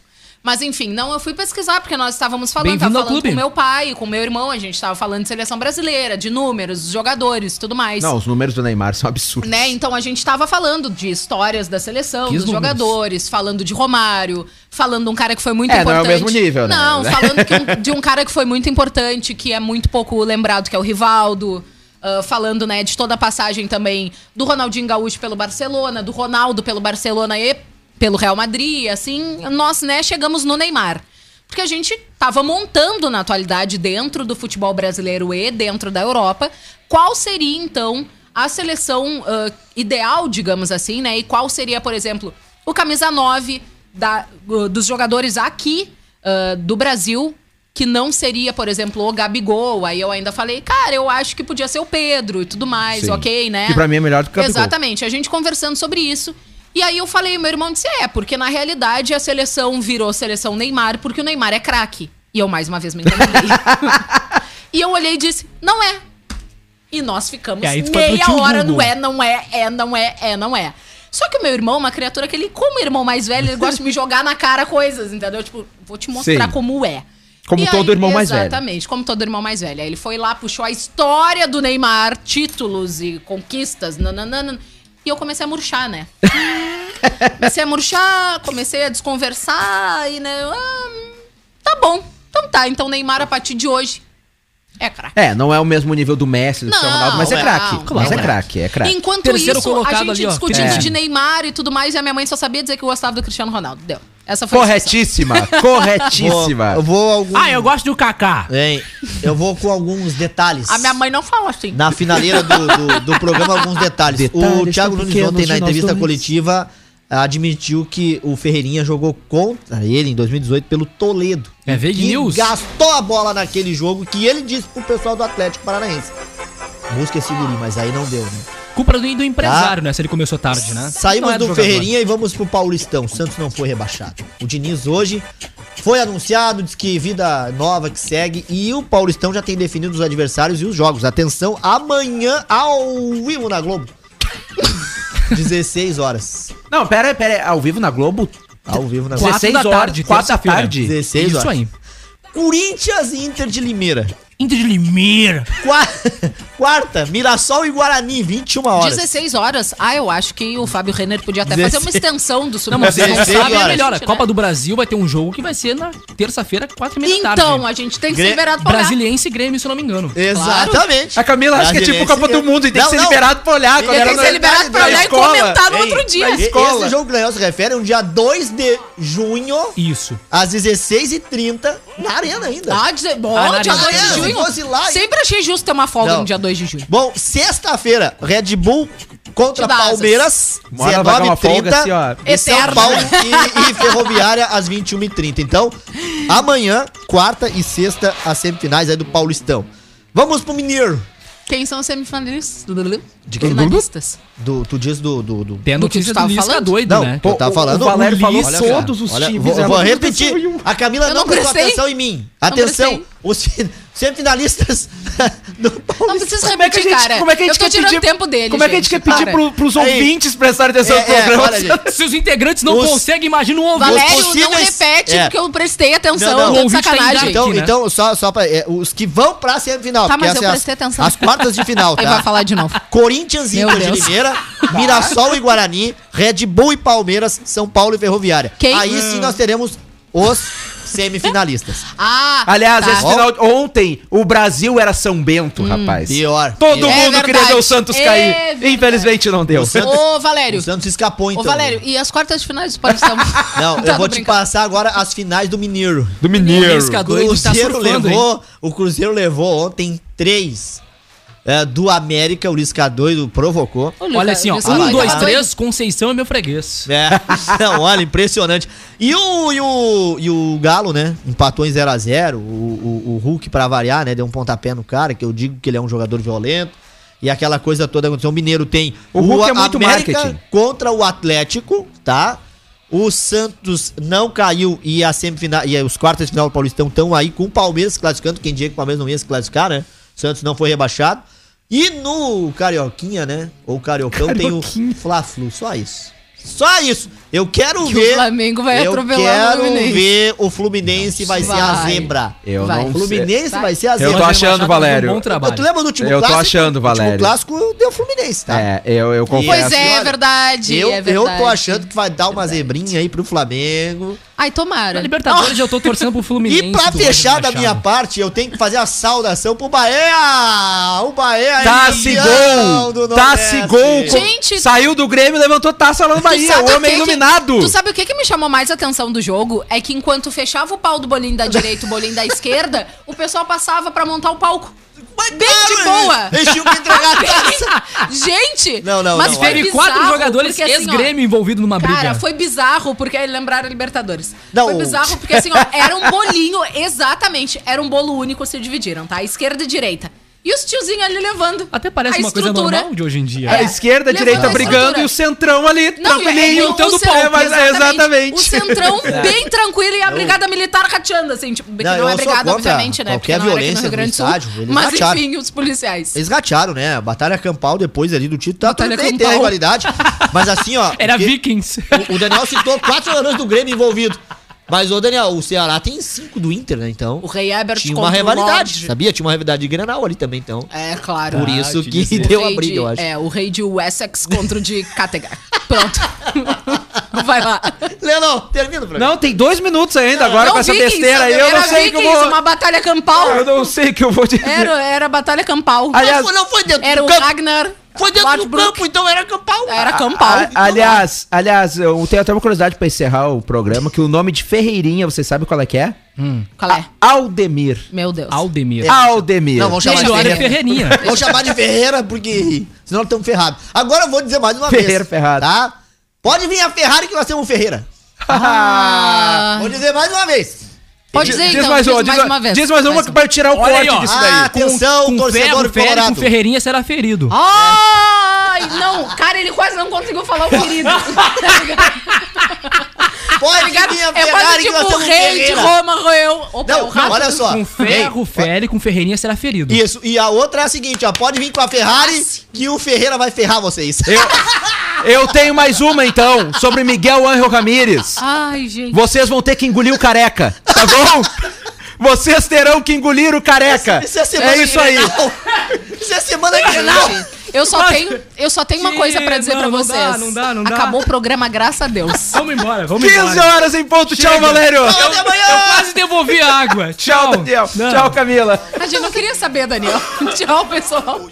Mas enfim, não, eu fui pesquisar, porque nós estávamos falando,
Bem-vindo
tava
ao
falando
clube.
com meu pai, com meu irmão, a gente estava falando de seleção brasileira, de números, jogadores, tudo mais.
Não, os números do Neymar são absurdos.
Né? Então a gente estava falando de histórias da seleção,
Que
dos
números.
jogadores, falando de Romário, falando de um cara que foi muito
É, não é o
importante.
mesmo nível, né?
Não, falando que um- de um cara que foi muito importante, que é muito pouco lembrado, que é o Rivaldo. ah, falando, né, de toda a passagem também do Ronaldinho Gaúcho pelo Barcelona, do Ronaldo pelo Barcelona e pelo Real Madrid, assim, nós, né, chegamos no Neymar. Porque a gente tava montando na atualidade, dentro do futebol brasileiro e dentro da Europa, qual seria, então, a seleção ah, ideal, digamos assim, né? E qual seria, por exemplo, o camisa 9 da- ah, dos jogadores aqui ah, do Brasil, que não seria, por exemplo, o Gabigol. Aí eu ainda falei, cara, eu acho que podia ser o Pedro e tudo mais,
Sim.
ok, né?
Que pra mim é melhor do que o Gabigol.
Exatamente, a gente conversando sobre isso. E aí eu falei, meu irmão disse, é, porque na realidade a seleção virou seleção Neymar, porque o Neymar é craque. E eu mais uma vez me incomodei. e eu olhei e disse, não é. E nós ficamos
E aí tu foi pro
meia
tio
hora
Google.
no é, não é, é, não é, é, não é. Só que o meu irmão, é uma criatura que ele, como irmão mais velho, ele gosta de me jogar na cara coisas, entendeu? Tipo, vou te mostrar
Sim.
como é.
Como
E
todo irmão mais velho.
Exatamente, como todo irmão mais velho. Aí ele foi lá, puxou a história do Neymar, títulos e conquistas, nananana. E eu comecei a murchar, né? comecei a murchar, comecei a desconversar e, né? eu, ah, tá bom, então tá. Então Neymar, a partir de hoje, é craque.
É, não é o mesmo nível do Messi, do Cristiano Ronaldo, mas é
não,
craque.
não,
Mas é
não.
craque, é craque.
Enquanto
Terceiro
isso, a
colocado
gente
ali, ó,
discutindo
é.
de Neymar e tudo mais, e a minha mãe só sabia dizer que eu gostava do Cristiano Ronaldo. Deu. Essa foi a discussão.
Corretíssima, corretíssima.
Vou, eu vou algum,
Ah, eu gosto do Kaká.
Hein, eu vou com alguns detalhes.
A minha mãe não fala assim.
Na finaleira do, do, do programa, alguns detalhes. o
Detalhes
Thiago
tão
Nunes
pequenos
ontem, na
de nós
entrevista
dois.
coletiva, ah, admitiu que o Ferreirinha jogou contra ele em 2018 pelo Toledo.
É fake
que
news.
gastou a bola naquele jogo que ele disse pro pessoal do Atlético Paranaense. Busca esse guri, mas aí não deu, né?
Culpa do, do empresário, né? Se ele começou tarde, né?
Saímos
Não é
do,
jogador.
Ferreirinha e vamos pro Paulistão. O Santos não foi rebaixado. O Diniz hoje foi anunciado, diz que vida nova que segue. E o Paulistão já tem definido os adversários e os jogos. Atenção, amanhã ao vivo na Globo. 16 horas.
Não, pera aí, pera aí. Ao vivo na Globo,
Ao vivo na Globo.
Quatro
16
da
horas,
tarde,
4 da
terça-feira.
tarde.
16
Isso
horas.
aí.
Corinthians e Inter de Limeira.
Inter de Limeira.
Qua- Quarta, Mirassol e Guarani, 21 horas.
16 horas. Ah, eu acho que o Fábio Renner podia até fazer uma extensão do
Não, mas
Sub-17.
vocês não
16
sabem, é
horas.
melhor. A
Gente, né?
Copa do Brasil vai ter um jogo que vai ser na terça-feira, quatro e
é
meia da tarde.
Então, a gente tem que ser
Gre-
liberado pra olhar.
Brasiliense e Grêmio, se eu não me engano.
É. Exatamente.
A Camila acha que é tipo Copa do Mundo e tem que
Não,
ser
não.
liberado pra olhar.
Tem
quando é. era
que
Tem que
na-
ser liberado pra
na
olhar e
escola.
comentar no outro
E-
dia.
escola.
Esse jogo que o Daniel se refere é um dia 2 de junho,
Isso.
às 16h30, na arena ainda.
Ah, dizer, bom,
Ah, na
dia
arena.
2
Se
de
fosse
junho.
lá, hein?
Sempre achei justo ter uma folga
Não.
no dia 2 de junho.
Bom, sexta-feira, Red Bull contra
Te dá asas.
Palmeiras,
Uma hora vai dar uma folga
19h30,
assim, ó.
e São
Eterna.
Paulo e, e Ferroviária às 21h30. Então, amanhã, quarta e sexta, as semifinais aí do Paulistão. Vamos pro Mineiro.
Quem são os semifinalistas?
De quem?
Finalistas.
Do, tu diz do... do, do-
Tem a
Do que
notícia
tu tava
do Lisca
falando?
doido,
Não,
né?
pô, Eu tava falando,
o Valério
o
falou
Ulisses-
todos os
Olha,
times.
vou,
ela
vou
não
repetir.
pensou em um.
A Camila
Eu
não
não
prestou
prestei.
atenção em mim.
Não
Atenção,
prestei.
os fi- semifinalistas do Paulistão.
Não precisa
Como é que a
repetir,
gente,
cara.
como é que a gente
eu tô
quer
tirando
pedir,
tempo dele,
Como é que a gente quer pedir
para.
pro, pros
Aí.
ouvintes prestarem atenção no
É, é,
programa?
para, gente.
Se os integrantes não
Os-
conseguem, imagina um ouvinte.
Valério,
Os
não
possíveis-
repete,
É.
porque eu prestei atenção.
Não, não.
eu
O
Tô de
ouvinte tá engasgado.
sacanagem.
Então,
aqui, né?
então só, só pra, é, os que vão pra semifinal.
Tá,
porque
mas eu
essa é as-
prestei atenção.
As quartas de final,
Aí vai
tá?
falar de
Ah.
novo.
Corinthians e
Meu
Inter de
Deus.
Limeira, Mirassol e Guarani, Red Bull e Palmeiras, São Paulo e Ferroviária.
Quem?
Aí sim nós teremos os semifinalistas.
Ah,
Aliás,
tá. Hum.
esse final de- ontem o Brasil era São Bento, rapaz.
Pior.
Todo
pior.
É
mundo queria
verdade,
ver o Santos
é
cair.
verdade.
Infelizmente não deu.
O Santos-
Ô, Valério.
O Santos escapou
Ô,
então.
Valério, e as quartas de finais do Paulistão?
Não,
Tá,
eu vou
tô
te
brincando.
passar agora as finais do Mineiro.
Do
Lisca
O
doido tá
Cruzeiro
surfando, hein?
levou, o Cruzeiro levou ontem 3 é, do América, o Lisca doido provocou.
Olha assim, ó. Um, dois, três, Conceição é meu freguês.
É, não, olha, impressionante. E o, e o, e o Galo, né? Empatou em 0x0. O, o, o Hulk, pra variar, né? Deu um pontapé no cara, que eu digo que ele é um jogador violento. E aquela coisa toda aconteceu. O Mineiro tem
O Hulk é muito marketing.
contra o Atlético, tá? O Santos não caiu e a semifinal e os quartos de final do Paulistão estão aí com o Palmeiras se classificando. Quem diria que o Palmeiras não ia se classificar, né? O Santos não foi rebaixado. E no Carioquinha, né? Ou Cariocão tem o
Carioquinha.
Fla-Flu, só isso. Só isso. Eu quero
Que o
ver.
Flamengo vai
eu
atropelar o
quero
Fluminense.
ver o Fluminense vai, ser a
Vai.
zebra.
Eu
Vai.
O
não sei.
Fluminense
Vai.
vai ser a
Eu
zebra.
tô achando,
Machado,
Valério.
um bom trabalho.
Tu lembra do último
Eu tô
clássico?
achando,
O
Valério.
último clássico deu Fluminense, tá?
É, eu, eu confesso.
Pois é, é verdade.
Eu,
é
eu
verdade.
tô achando que vai dar uma zebrinha aí pro Flamengo.
Ai,
Na
tomara.
Libertadores eu tô torcendo pro Fluminense.
E pra
do Roger
fechar da
Machado.
minha parte, eu tenho que fazer a saudação pro Bahia! O Bahia é
Tasse
campeão
gol!
do
Tasse
Nordeste.
gol!
Gente-
Saiu do Grêmio, levantou taça lá no
Tu
Bahia.
é
sabe
O
o que
homem
que-
iluminado.
Tu sabe o que, que me chamou mais atenção do jogo? É que enquanto fechava o pau do bolinho da direita e o bolinho da esquerda, o pessoal passava pra montar o palco.
Mas
Bem de
cara,
boa.
Eles tinham que entregar a taça!
Gente!
Não, não,
mas
não,
foi
Ah. Teve
é bizarro,
quatro jogadores
porque assim, ó,
ex-grêmio envolvidos numa briga.
Cara, foi bizarro, porque lembraram a Libertadores.
Não,
foi
o-
bizarro porque assim, ó, era um bolinho, exatamente, era um bolo único, se dividiram, tá? Esquerda e direita. E os tiozinhos ali levando.
Até parece
a
uma coisa
estrutura.
normal de hoje em dia.
A esquerda, a
Levanta
direita
a
brigando
estrutura.
e o centrão ali,
Não,
tranquilinho,
é, é,
montando
o
o pau.
centro,
mas é
O
exatamente. É.
centrão bem tranquilo e a brigada militar rateando, assim, tipo, que
Não,
não,
eu
é
sou
brigada,
contra
obviamente, né?
qualquer
não era aqui
violência é
no Rio Grande do Sul.
no estádio, eles
mas
ratearam.
enfim, os policiais.
Eles gatearam, né? A batalha campal depois ali do título. Tá,
Batalha
tudo bem, tem
campal.
a rivalidade. Mas assim, ó.
Era
porque
Vikings.
o, o Daniel citou quatro jogadores do Grêmio envolvido. Mas, ô Daniel, o Ceará tem cinco do Inter, né? Então.
O rei Ebert
Tinha uma
contra o
rivalidade,
Lodge.
sabia? Tinha uma rivalidade de Grenal ali também, então.
É, claro.
Por isso
te
que
dizer.
deu
O
a
rei
briga,
de-
eu acho.
É, o rei de Wessex contra o de Kattegat. Pronto. Vai lá.
Leonão, termina pra
Não, tem dois minutos ainda agora com essa
Vikings,
besteira aí. Eu
era
não sei o que eu
Vikings,
vou.
uma batalha campal.
Eu não sei o que eu vou dizer.
Era, um era batalha campal.
Aliás,
Não, foi- não foi dentro
Era o
do campo.
Ragnar.
Foi dentro
Lodbrok.
do campo, então era campal.
Era campal.
A- aliás,
é.
aliás, eu tenho até uma curiosidade pra encerrar o programa, que o nome de Ferreirinha, você sabe qual é que é?
Qual é?
Aldemir.
Meu Deus. É.
Aldemir.
É, Aldemir.
Não, vamos chamar de
Melhor é
Ferreira.
Ferreirinha.
Vamos chamar de Ferreira, porque senão estamos ferrados. Agora eu vou dizer mais uma
Ferreira,
vez.
ferrado.
Tá? Pode vir a Ferrari que nós temos o Ferreira. Ah,
Ah.
Vou dizer mais uma vez.
Pode dizer, então.
mais uma, diz,
mais uma vez.
diz mais uma que vai tirar É o
Olha aí,
corte
ó.
disso
Ah,
daí.
atenção,
com
torcedor
ferro, fere, com
colorado.
Ferreirinha será ferido.
Ah, Ai, não. Cara, ele quase não conseguiu falar o querido. tá ligado? Tá
Pode
ligado?
vir a
É quase
Ferrari que
tipo
nós
o
temos o
rei de é
Ferreira.
Roma, roeu. Opa,
Não,
o rato.
não, olha só.
Com ferro, fere, com Ferreirinha será ferido.
Isso, e a outra é a seguinte, ó. Pode vir com a
Ah,
Ferrari que o Ferreira vai ferrar vocês.
É,
Eu tenho mais uma então, sobre Miguel Ángel Ramírez.
Ai, gente.
Vocês vão ter que engolir o careca, tá bom? Vocês terão que engolir o careca. é isso aí.
Grenal. Isso é semana Grenal.
Eu só tenho, eu só tenho uma
Sim,
coisa pra dizer
não,
pra
não
vocês.
dá, não dá, não dá.
Acabou o programa, graças a Deus.
Vamos embora, vamos
15
embora.
horas em ponto. Tchau,
Chega.
Valério.
Então, até amanhã.
Eu quase devolvi a água.
Tchau,
Tchau,
Daniel.
Não.
Tchau, Camila.
A gente não queria saber, Daniel. Tchau, pessoal.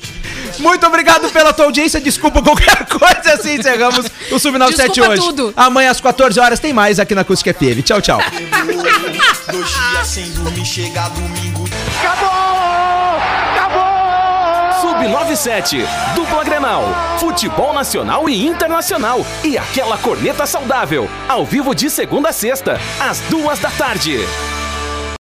Muito obrigado pela tua audiência. Desculpa qualquer coisa. Assim encerramos o Sub97
Desculpa
hoje.
tudo.
Amanhã às 14 horas tem mais aqui na Acústica FM. Tchau, tchau.
Dois dias sem dormir, chega domingo.
Sub97, dupla Grenal, futebol nacional e internacional e aquela corneta saudável, ao vivo de segunda a sexta, às duas da tarde.